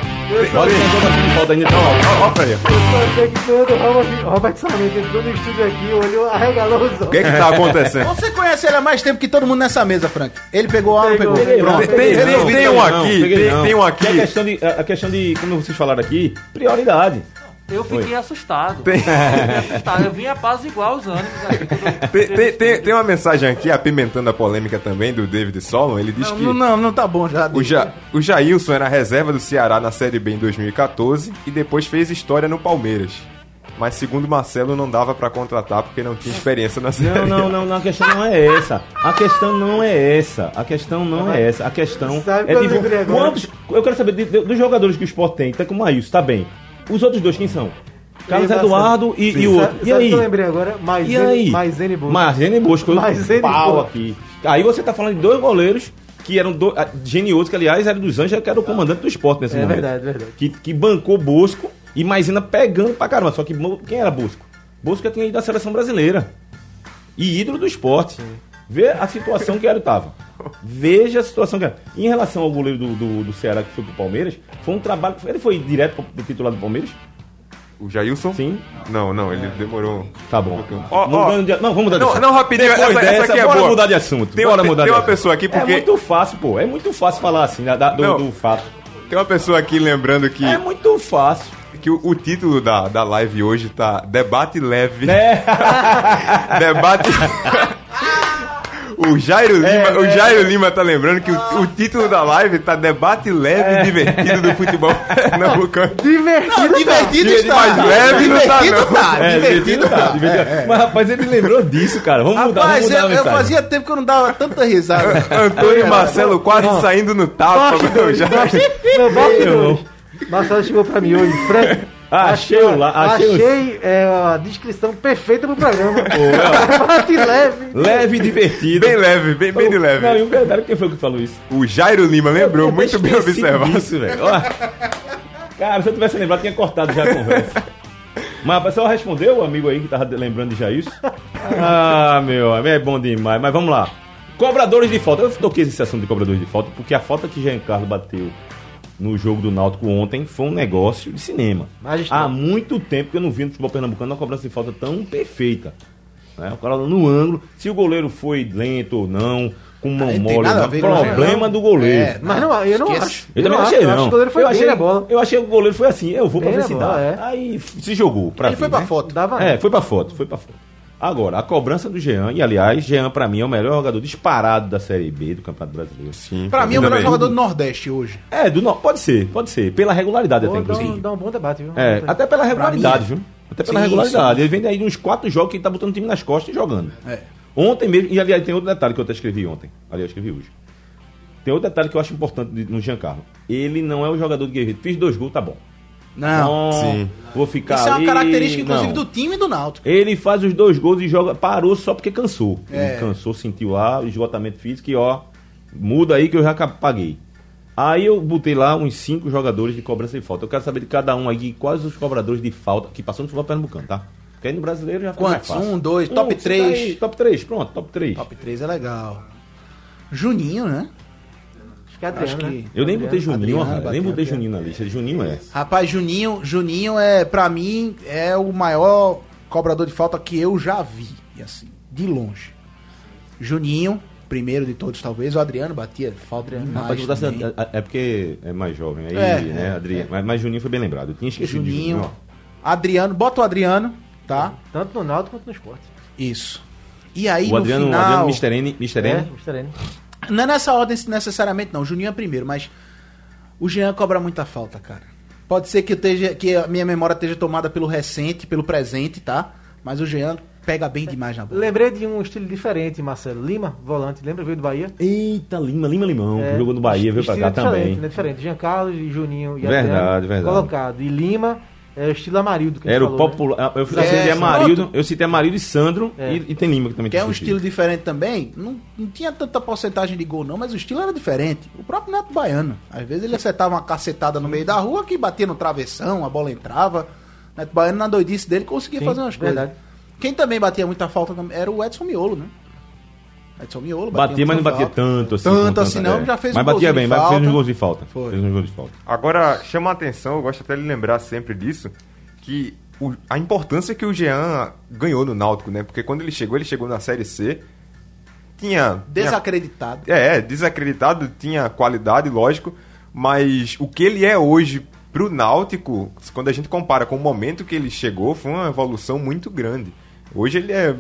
Olha o jogador de volta ainda tá lá.
Ó, ó, peraí.
Eu só sei que todo Robert, Robert Sarmento entrou no estúdio aqui, olhou, arregalou os
O que
olhos.
é que tá acontecendo?
Você conhece ele há mais tempo que todo mundo nessa mesa, Frank. Ele pegou a não
Pegou,
pegou.
pegou.
Pronto.
Tem, tem-
Não,
tem um
não,
aqui,
peguei
tem,
não.
tem um
É a
aqui.
questão de, a a questão de, como vocês falaram aqui, prioridade.
Eu fiquei assustado. Eu fiquei assustado. Eu vim apaziguar os ânimos aqui. quando
Tem, tem,
teve-
tem, tem uma mensagem aqui apimentando a polêmica também do David Solon. Ele diz que
Não, não, não tá bom já.
o, ja, o Jailson era reserva do Ceará na Série B em 2014 e depois fez história no Palmeiras. Mas segundo Marcelo, não dava pra contratar porque não tinha experiência na Série
Não,
B.
não, não, não, a questão não é essa. A questão não é essa. A questão não é essa. A questão
Sabe
é
qual
de
eu lembrei agora?
quantos. Eu quero saber de- de- dos jogadores que o Sport tem, tá com o Maílson, tá bem. Os outros dois quem são? Carlos
Bastante.
Eduardo e, e o outro.
Sabe,
E
sabe é o
aí?
que eu lembrei agora? Mais
E aí?
Maisene Bolt.
Marzene Bosco.
Marzene
pau
Bosco.
aqui. Aí você tá falando de dois goleiros que eram do, ah, geniosos, que aliás era dos Anjos, que era o comandante do esporte nesse
É
momento.
verdade, verdade.
Que, que bancou Bosco e Maisena pegando pra caramba. Só que Mo- quem era Bosco? Bosco já tinha ido da seleção brasileira. E ídolo do esporte. Vê a situação que ele tava. Veja a situação que era. Em relação ao goleiro do, do, do Ceará que foi pro Palmeiras, foi um trabalho. que foi- Ele foi direto pro, pro titular do Palmeiras?
O Jailson?
Sim.
Não, não, ele demorou.
Tá bom.
Ó,
não,
ó.
ganho de- não, vamos mudar de
Não,
assunto.
não, rapidinho,
Depois
essa- essa
dessa,
aqui é
bora
boa.
mudar de assunto.
Tem-
bora
tem-
mudar de
tem uma
assunto.
pessoa aqui porque-
É muito fácil, pô. É muito fácil falar assim, né, da- do,
Não.
do fato.
Tem uma pessoa aqui lembrando que,
É muito fácil.
que o, o título da, da live hoje tá Debate Leve.
Né?
Debate. O Jairo, Lima, o
é.
Jairo Lima tá lembrando que o, o título da live tá Debate Leve
É.
e Divertido do Futebol Pernambucano.
tá-
Não, divertido
Ele mais leve não tá,
divertido
não.
tá,
É,
divertido
divertido,
tá.
divertido. Mas rapaz, ele lembrou disso, cara. Vamos mudar, vamos
Rapaz,
mudar
eu,
a
eu
mensagem.
fazia tempo que eu não dava tanta risada.
Antônio e Marcelo quase saindo no tapa. meu Jairo.
Meu bofe
Meu
dois. Marcelo chegou pra mim hoje, Frank.
Achei
achei-
o lá, achei o-
achei é, a descrição perfeita pro programa. Bate leve.
Leve e divertido.
Bem leve, bem, bem de leve.
Não, e o verdade, quem foi que falou isso?
O Jairo Lima lembrou, muito bem
Esqueci
observado.
disso, velho. Ó. Cara, se eu tivesse lembrado, tinha cortado já a conversa. Mas a pessoa respondeu o amigo aí que tava lembrando de Jailson. Ah, meu amigo, é bom demais. Mas vamos lá. Cobradores de falta. Eu toquei esse assunto de cobradores de falta porque a falta que Jean Carlos bateu no jogo do Náutico ontem foi um negócio de cinema.
Magistral.
Há muito tempo que eu não vi no futebol pernambucano uma cobrança de falta tão perfeita. né? O cara no ângulo, se o goleiro foi lento ou não, com mão
Aí Ah, tem
mole, ou
nada a
não,
ver, não é,
problema
não.
do goleiro.
É,
Mas não, eu não
Esquece.
acho.
Eu também
não
achei,
acho,
não.
Eu acho que o goleiro foi
eu,
bem
achei,
na bola.
eu achei que o goleiro foi assim, eu vou pra
Bem na
velocidade.
bola, é.
Aí f- se jogou pra
Ele
vir,
foi pra
né?
foto.
Dava
É, foi pra foto, foi pra foto. Agora, a cobrança do Jean, e aliás, Jean pra mim é o melhor jogador disparado da Série B do Campeonato Brasileiro.
Sim,
Pra mim é o melhor
também.
jogador do Nordeste hoje.
É, do, no- pode ser, pode ser. Pela regularidade
Pô,
até,
dá, um,
inclusive.
dá um bom debate, viu?
É, até pela regularidade,
mim é.
viu? Até pela
Sim,
regularidade. Ele vem aí de uns quatro jogos que ele tá botando o time nas costas e jogando.
É.
Ontem mesmo, e aliás, tem outro detalhe que eu até escrevi ontem. Aliás, eu escrevi hoje. Tem outro detalhe que eu acho importante de- no Giancarlo. Ele não é um jogador de guerreiro. Fiz dois gols, tá bom.
Não.
Não,
Sim.
Vou ficar
Isso é uma
ali,
característica, inclusive,
não.
do time e do Náutico.
Ele faz os dois gols e joga. Parou só porque cansou.
É.
Ele cansou, sentiu lá, o esgotamento físico e ó, muda aí que eu já ca- paguei. Aí eu botei lá uns cinco jogadores de cobrança de falta. Eu quero saber de cada um aí quais os cobradores de falta que passou no futebol pernambucano, tá? Porque aí no brasileiro já fica mais
Quantos?
fácil.
Um, dois, top
cita
três.
aí, top 3, pronto, top 3.
Top 3 é legal. Juninho, né?
Acho que é Adriano,
Acho que-
né?
Eu nem botei Juninho,
Adriano,
rapaz, nem
bateu,
botei
bateu.
Juninho na lista. Juninho é.
Rapaz, Juninho, Juninho é, pra mim, é o maior cobrador de falta que eu já vi, e assim, de longe. Juninho, primeiro de todos, talvez, o Adriano batia falta
Rapaz,
demais
eu botasse-
também.
a- a- é porque é mais jovem aí,
É,
né,
é,
Adriano? Mas, mas Juninho foi bem lembrado. Eu tinha esquecido de Juninho.
Juninho,
ó.
Adriano, bota o Adriano, tá?
Tanto no Náutico quanto no esporte.
Isso. E aí,
O Adriano,
no
o Adriano
final...
Mr. N, Mr. N.
É, gostaria, né?
Não é nessa ordem necessariamente, não. O Juninho é primeiro, mas o Jean cobra muita falta, cara. Pode ser que, eu esteja, que a minha memória esteja tomada pelo recente, pelo presente, tá? Mas o Jean pega bem demais na bola.
Lembrei de um estilo diferente, Marcelo. Lima, volante. Lembra? Veio do Bahia.
É.
Eita, Lima, Lima Limão,
É,
que jogou no Bahia, veio pra cá
estilo
também.
Diferente, né? Diferente. Jean Carlos e Juninho e
Verdade,
Adriano
verdade.
colocado. E Lima é o estilo Amarildo que a gente
Era o
falou, né?
popular. ah, Eu
É,
citei Amarildo, eu citei Amarildo e Sandro
É.
e, e tem Lima que também
Que é
tem
um
sentido.
estilo diferente também. Não, não tinha tanta porcentagem de gol, não, mas o estilo era diferente. O próprio Neto Baiano. Às vezes ele acertava uma cacetada no meio da rua que batia no travessão, a bola entrava. Neto Baiano, na doidice dele, conseguia
Sim,
fazer umas
verdade.
coisas. Quem também batia muita falta era o Edson Miolo, né? Edson Miolo.
Batia, mas não
muito
batia
na um falta.
tanto assim.
Tanto
como
assim não, já fez
Mas
um
batia
golzinho
bem,
de
mas fez
falta.
uns gols de falta.
Foi.
Fez uns gols de falta.
Agora, chama a atenção, eu gosto até de lembrar sempre disso, que o- a importância que o Jean ganhou no Náutico, né? Porque quando ele chegou, ele chegou na Série C, tinha... tinha-
Desacreditado.
É, é, desacreditado, tinha qualidade, lógico, mas o que ele é hoje pro Náutico, quando a gente compara com o momento que ele chegou, foi uma evolução muito grande. Hoje ele é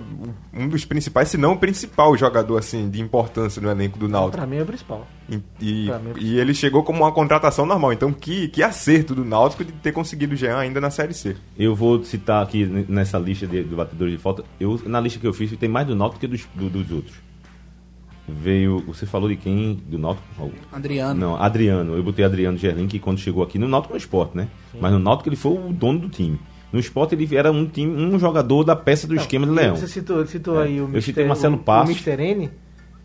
um dos principais, se não o principal jogador assim de importância no elenco do Náutico.
Pra mim é o principal.
E, e-
Pra mim. é
e ele chegou como uma contratação normal. Então, que, que acerto do Náutico de ter conseguido o Jean ainda na Série C.
Eu vou citar aqui n- nessa lista de, de batedores de falta. Eu, na lista que eu fiz, tem mais do Náutico que dos, do- dos outros. Veio. Você falou de quem? Do Náutico? Raul?
Adriano.
Não, Adriano. Eu botei Adriano Gerlin, que quando chegou aqui, no Náutico no esporte, né? Mas no Náutico ele foi o dono do time. No esporte ele era um time, um jogador da peça do esquema do Leão. É.
Você citou, citou aí o
Eu citei
Mister-
Marcelo
o-
Passos.
O Mr. N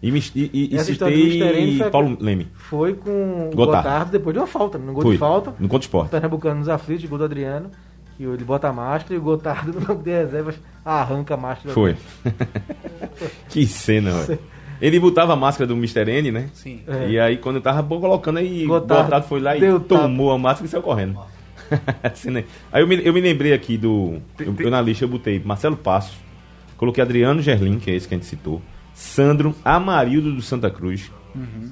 E, me- e, e, e
Essa história do Mr. N
citei
foi-
Paulo Leme.
foi com
Gotardo.
o Gotardo depois de uma falta. No gol
Foi,
de falta,
No contra
o
esporte.
Pernambucano nos aflitos, gol do Adriano. Que ele bota a máscara e o Gotardo no banco de reservas arranca a máscara.
Foi. que cena, velho. Ele botava a máscara do Mr. N, né?
Sim.
É.
E aí, quando eu tava colocando aí,
Gotardo
Gotardo, foi lá e
deu tapa.
tomou a máscara e saiu correndo. Cena aí. Aí eu me, eu me lembrei aqui do. Eu, eu na lista eu botei Marcelo Passos, coloquei Adriano Gerlin, que é esse que a gente citou, Sandro Amarildo do Santa Cruz,
Uhum.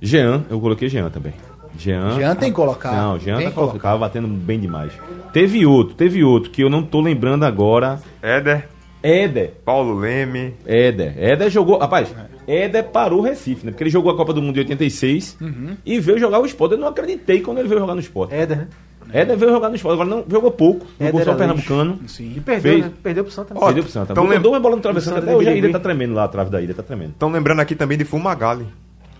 Jean, eu coloquei Jean também. Jean,
Jean tem que colocar.
Não, Jean
Tem
tá
que
colocando,
colocar.
tava batendo bem demais. Teve outro, teve outro que eu não tô lembrando agora.
Éder,
Éder.
Paulo Leme.
Éder. Éder jogou. Rapaz, Éder parou o Recife, né? Porque ele jogou a Copa do Mundo em 86 e veio jogar o Sport. Eu não acreditei quando ele veio jogar no Sport.
Éder, né?
Éder veio jogar no Sport. Agora não jogou pouco. Jogou
Éder
só
era
o Pernambucano.
E
Sim.
perdeu,
Fez.
né? Perdeu pro Santa.
Ó,
Perdeu pro Santa. Então,
então lembra-
Mandou uma bola no travessão.
Santa
Até hoje a
Beberibe.
ilha tá tremendo lá, a trave da ilha tá tremendo.
Estão lembrando aqui também de Fumagalli.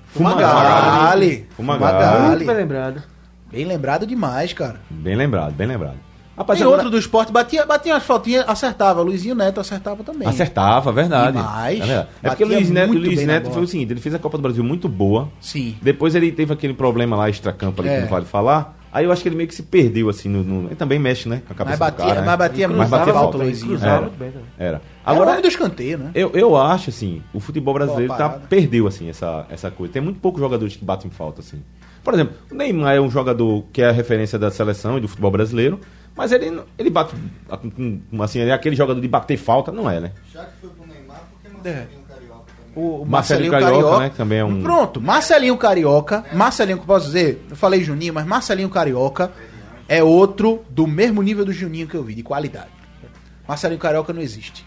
Fumagalli.
Fumagalli.
Tá Muito bem lembrado.
Bem lembrado demais, cara.
Bem lembrado, bem lembrado. Rapaz, é
Tem
agora-
outro do esporte, batia, batia umas faltinhas, acertava. Luizinho Neto acertava também.
Acertava, verdade.
Demais.
É, verdade. é porque
Batia
o Luiz Neto, o
muito
Luiz
bem na
Neto
bola.
foi o seguinte: ele fez a Copa do Brasil muito boa.
Sim.
Depois ele teve aquele problema lá, extracampo ali,
É.
que não vale falar. Aí eu acho que ele meio que se perdeu, assim, no... no- Ele também mexe, né? Com a cabeça
Mas batia,
do cara, né?
mas batia muito
batia
falta,
falta.
Luizinho.
Cruzava
Era.
muito bem também.
Era.
Agora, é o
Agora,
homem do escanteio, né?
eu, eu acho, assim, o futebol brasileiro
Boa
tá,
parada.
perdeu, assim, essa, essa coisa. Tem muito poucos jogadores que batem falta, assim. Por exemplo, o Neymar é um jogador que é a referência da seleção e do futebol brasileiro, mas ele, não- ele bate, com- com- assim, ele é aquele jogador de bater falta, não é, né?
O, o
Marcelinho Carioca, né, que também é um-
Pronto, Marcelinho Carioca. Marcelinho, que eu posso dizer? Eu falei Juninho, mas Marcelinho Carioca é outro do mesmo nível do Juninho que eu vi, de qualidade. Marcelinho Carioca não existe.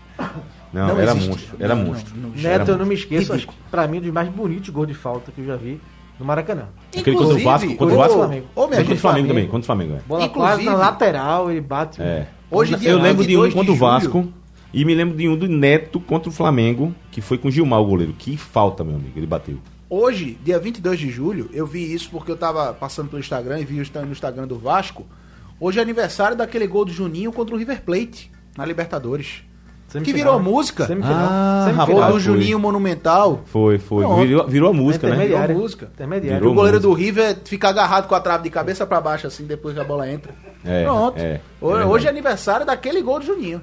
Não,
Não
era
existe.
monstro, era
Não,
monstro.
não, não.
Neto, eu não me esqueço, acho,
Ridículo.
que pra mim, um dos mais bonitos gols de falta que eu já vi no Maracanã.
Aquele contra o Vasco, contra o
Inclusive,
Vasco.
o-
Contra
o- o minha
o
gente,
Flamengo
Flamengo.
também, contra o Flamengo, é.
Bola quase na
Inclusive-
lateral, ele bate.
É.
Hoje dia
eu lembro de um
22
contra o
de julho.
Vasco e me lembro de um do Neto contra o Flamengo, que foi com o Gilmar, o goleiro. Que falta, meu amigo, ele bateu.
Hoje, dia 22 de julho, eu vi isso porque eu tava passando pelo Instagram e vi o Insta- no Instagram do Vasco. Hoje é aniversário daquele gol do Juninho contra o River Plate, na Libertadores. que virou música.
Semifinal.
Ah,
Gol
rapaz,
do
foi.
Juninho Monumental.
Foi, foi.
Não,
Virou, virou a música, né?
Intermediário.
Virou música. E
Intermediário.
o
Virou
goleiro
música.
do River fica agarrado com a trave de cabeça pra baixo, assim, depois que a bola entra.
É,
Pronto.
é, é
Ho- hoje,
verdade. É.
é aniversário daquele gol do Juninho,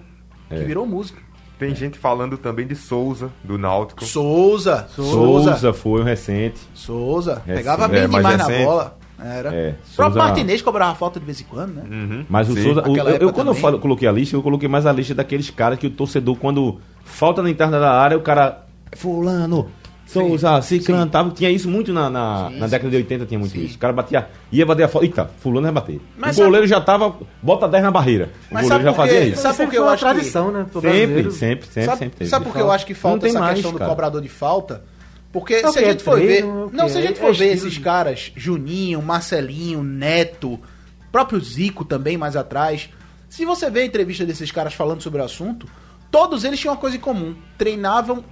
que virou música.
Tem gente falando também de Souza, do Náutico.
Souza. Souza.
Souza foi um recente.
Souza.
É,
Pegava
sim.
bem
É, mais
demais na
recente.
bola. Era.
É,
o próprio
Souza-
Martinez cobrava falta de vez em quando, né?
Uhum.
Mas o
Sim.
Souza. o-
Aquela
eu,
época
eu- quando eu
também.
falo- coloquei a lista, eu coloquei mais a lista daqueles caras que o torcedor, quando falta na entrada da área, o cara. Fulano, Souza, Ciclano, tava, tinha isso muito na, na, na década de 80, tinha muito isso. O cara batia, ia bater a falta. Eita, Fulano vai bater.
Mas
o goleiro já tava. Bota 10 na barreira. O
Mas
goleiro
sabe
já
por quê?
fazia isso.
Sabe por que
porque
eu
uma
acho que-
tradição, né? pro brasileiro.
Sempre, sempre, sempre,
sabe
sempre teve.
sabe por que eu acho que
Não
falta
tem
essa
mais,
questão do
cara.
cobrador de falta? Porque
Não,
se a
porque é
gente for
treino,
ver.
é o que
Não, se a
é,
gente
é
for ver
estilo
esses
de-
caras, Juninho, Marcelinho, Neto, próprio Zico também mais atrás. Se você vê a entrevista desses caras falando sobre o assunto, todos eles tinham uma coisa em comum: treinavam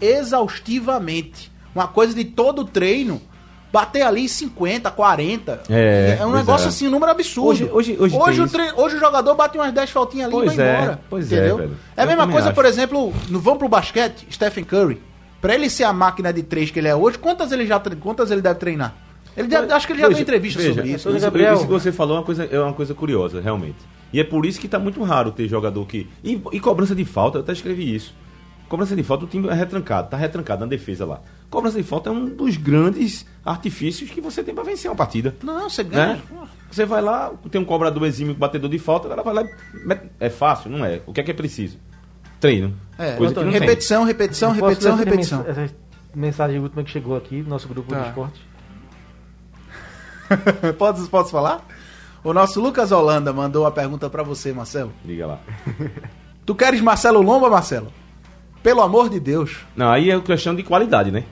exaustivamente. Uma coisa de todo treino. Bater ali 50, 40.
É,
um
pois
negócio
é.
assim, um número absurdo.
Hoje- hoje- hoje tem
o,
isso.
tre- hoje o jogador bate umas 10 faltinhas ali e
Pois
vai
é,
embora.
pois é,
entendeu?
velho.
É a
Eu
mesma
também
coisa,
acho.
por exemplo, no vamos pro basquete, Stephen Curry. Pra ele ser a máquina de três que ele é hoje, quantas ele já tre- quantas ele deve treinar? Ele deve- acho que ele já deu entrevista sobre isso.
Isso,
Gabriel.
isso que você falou é uma, coisa, é uma coisa curiosa, realmente. E é por isso que tá muito raro ter jogador que. E, e cobrança de falta, eu até escrevi isso. Cobrança de falta, o time é retrancado, tá retrancado na defesa lá. Cobrança de falta é um dos grandes artifícios que você tem para vencer uma partida.
Não, não, você ganha.
Né? Você vai lá, tem um cobrador exímio, batedor de falta, o cara vai lá. e mete- É fácil? Não é. O que é que é preciso? Treino.
É,
Coisa que
Antônio,
não tem.
repetição, repetição,
Posso
Então, repetição,
ler essa
repetição.
men- Essa mensagem última que chegou aqui do nosso grupo
Tá.
do esporte.
posso, posso falar? O nosso Lucas Holanda mandou uma pergunta pra você, Marcelo.
Liga lá.
Tu queres Marcelo Lomba, Marcelo? Pelo amor de Deus.
Não, aí é questão de qualidade, né?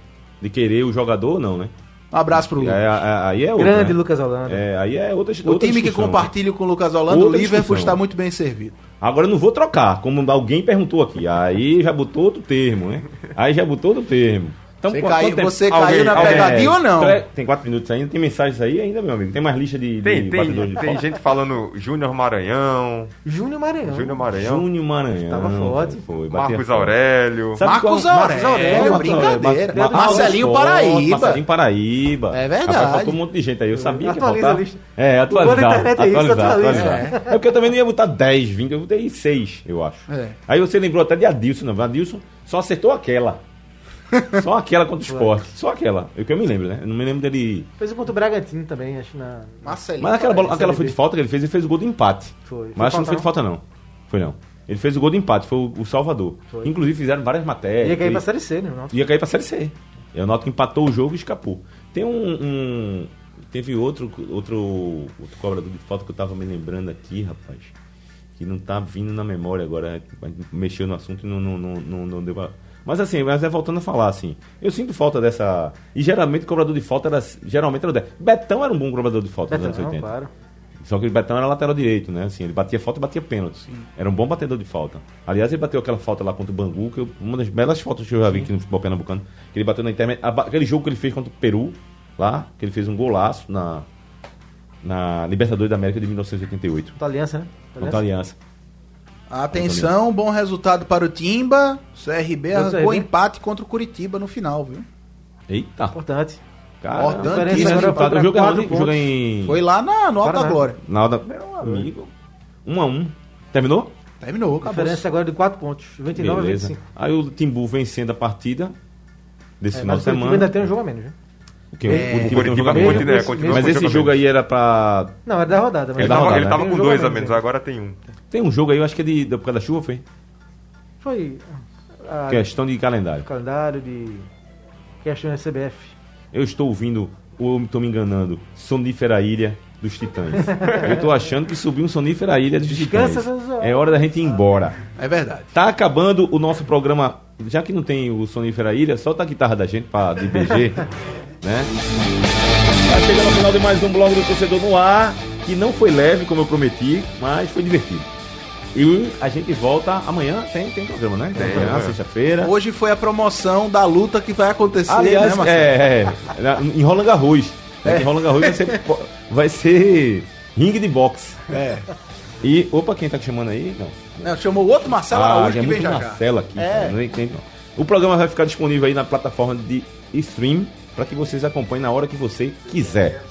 De querer o jogador ou não, né?
Um abraço pro Lucas.
É, a- a- aí é outra,
Grande
né?
Lucas Holanda.
É, aí é outra
O
outra
time que
discussão, né?
compartilha com o Lucas Holanda, o
Outra
Liverpool
discussão.
está muito bem servido.
Agora eu não vou trocar, como alguém perguntou aqui. Aí já botou outro termo, né? Aí já botou outro termo. Então,
Você
qu-
caiu-
quanto tempo- É,
você caiu na pegadinha ou não?
tre- Tem quatro minutos ainda, tem mensagens aí ainda, meu amigo. Tem mais lista de, de
Tem,
batedores
tem,
de
tem
falta?
gente falando Júnior Maranhão,
Júnior Maranhão.
Júnior Maranhão,
Júnior Maranhão.
Tava forte.
Foi, bateu
Marcos
forte.
Aurélio.
Sabe
Marcos
qual-
Aurélio,
Marcos
brincadeira.
Marcos
Marcelinho
Aurélio,
Paraíba.
Marcelinho Paraíba.
É verdade.
Rapaz, faltou um monte de gente aí. Eu sabia que ia
Atualiza
faltar.
a lista.
É,
O bom
atualizar.
da internet é isso,
atualizar,
atualiza.
atualizar. É. porque eu também não ia botar 10, 20. Eu botei 6, eu acho.
É.
Aí você lembrou até de Adilson. Não. Adilson só acertou aquela. Só aquela contra o esporte. Só aquela. É o que eu me lembro, né? Eu não me lembro dele...
Fez o contra o Bragantino também, acho na.
Marcelinho.
Mas aquela, bola,
Série
aquela foi
B.
de falta que ele fez, ele fez o gol do empate.
Foi.
Mas
Foi
acho que não foi de falta, não. Foi não. Ele fez o gol do empate, foi o, o Salvador.
Foi.
Inclusive fizeram várias matérias.
Ia cair
e-
pra Série C, né? o Náutico?
ia cair pra Série C. E o Náutico empatou o jogo e escapou. Tem um... um- teve outro, outro, outro cobrador de falta que eu tava me lembrando aqui, rapaz. Que não tá vindo na memória agora. mas Mexeu no assunto e não, não, não, não, não deu pra... Mas assim, mas é voltando a falar, assim. Eu sinto falta dessa... E geralmente o cobrador de falta era... Geralmente era o 10. Betão era um bom cobrador de falta nos anos
Betão,
80.
claro.
Só que o Betão era lateral direito, né? Assim, ele batia falta e batia pênalti. Era um bom batedor de falta. Aliás, ele bateu aquela falta lá contra o Bangu, que eu- uma das belas faltas que eu já vi aqui no futebol pernambucano. Que ele bateu na internet. Aquele jogo que ele fez contra o Peru, lá, que ele fez um golaço na, na Libertadores da América de 1988.
Contra a Aliança, né? Contra a
Contra a Aliança.
Atenção, bom resultado para o Timba. CRB
Vamos
arrancou
aí, né?
empate contra o Curitiba no final, viu?
Eita,
Importante.
cara.
Importante.
Esse
Agora
resultado.
pra
O jogo é
quatro
onde? O jogo é em.
Foi lá na no Alta
Paraná.
Glória.
Na hora da. Meu amigo. Um a um. Terminou?
Terminou,
A
acabou.
diferença agora é de 4 pontos. 29 a
Beleza.
25.
Aí o Timbu vencendo a partida desse
É,
final
mas
de
o Curitiba
semana.
ainda tem um jogo a menos, né?
O que? O Curitiba
Curitiba
tem um jogo a
continua-
menos.
continua-
Mas
continua
Mas
com
esse
jogo a
jogo
menos.
aí era pra.
Não, era da rodada. Mas
Ele
da
tava,
rodada,
ele tava
Tem
com
um jogo
dois a
menos,
menos,
né?
agora tem um.
Tem um jogo aí, eu acho que é de, da- por causa da chuva, foi? é
Foi a
Questão de calendário.
calendário de questões da CBF.
Eu estou ouvindo, ou eu estou me enganando, Sonífera Ilha dos Titãs. eu estou achando que subiu um Sonífera Ilha dos
Descansa,
Titãs.
Zezé.
É hora da gente ir embora.
É verdade.
Tá acabando o nosso programa. Já que não tem o Sonífera Ilha, solta a guitarra da gente pra de BG, né? Tá chegando ao final de mais um blog do torcedor no ar, que não foi leve, como eu prometi, mas foi divertido. E a gente volta amanhã, tem, tem programa, né? Tem, amanhã,
amanhã.
sexta-feira.
é. Hoje foi a promoção da luta que vai acontecer,
Aliás,
né, Marcelo? É.
é, é, na- em Roland Garros. né, que Em Roland Garros vai ser, po- vai ser ringue de boxe.
É.
E, opa, quem tá te chamando aí? Não.
Não, chamou outro Marcelo
Ah,
Araújo
tem
que vem
muito
já já.
Marcelo aqui.
É.
cara, Não entendo, não. O programa vai ficar disponível aí na plataforma de stream para que vocês acompanhem na hora que você quiser.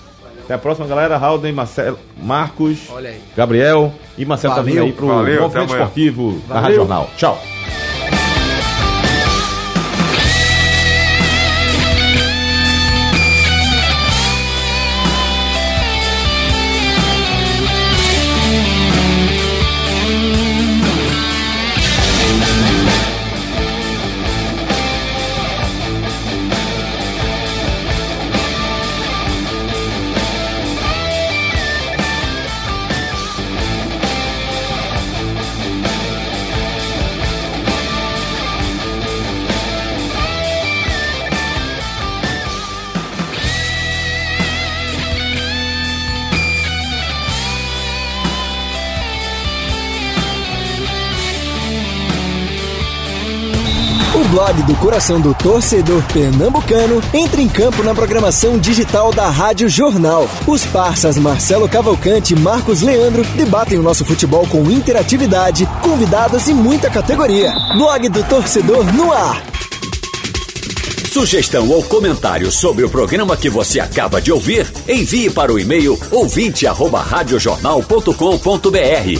Até a próxima, galera. Raulden, Marcelo, Marcos,
Olha aí.
Gabriel e Marcelo
Valeu.
tá vindo aí pro
Valeu, até
Movimento
amanhã.
Esportivo da Rádio Jornal. Tchau.
O blog do coração do torcedor pernambucano entra em campo na programação digital da Rádio Jornal. Os parças Marcelo Cavalcante e Marcos Leandro debatem o nosso futebol com interatividade, convidados e muita categoria. Blog do torcedor no ar. Sugestão ou comentário sobre o programa que você acaba de ouvir, envie para o e-mail ouvinte@radiojornal.com.br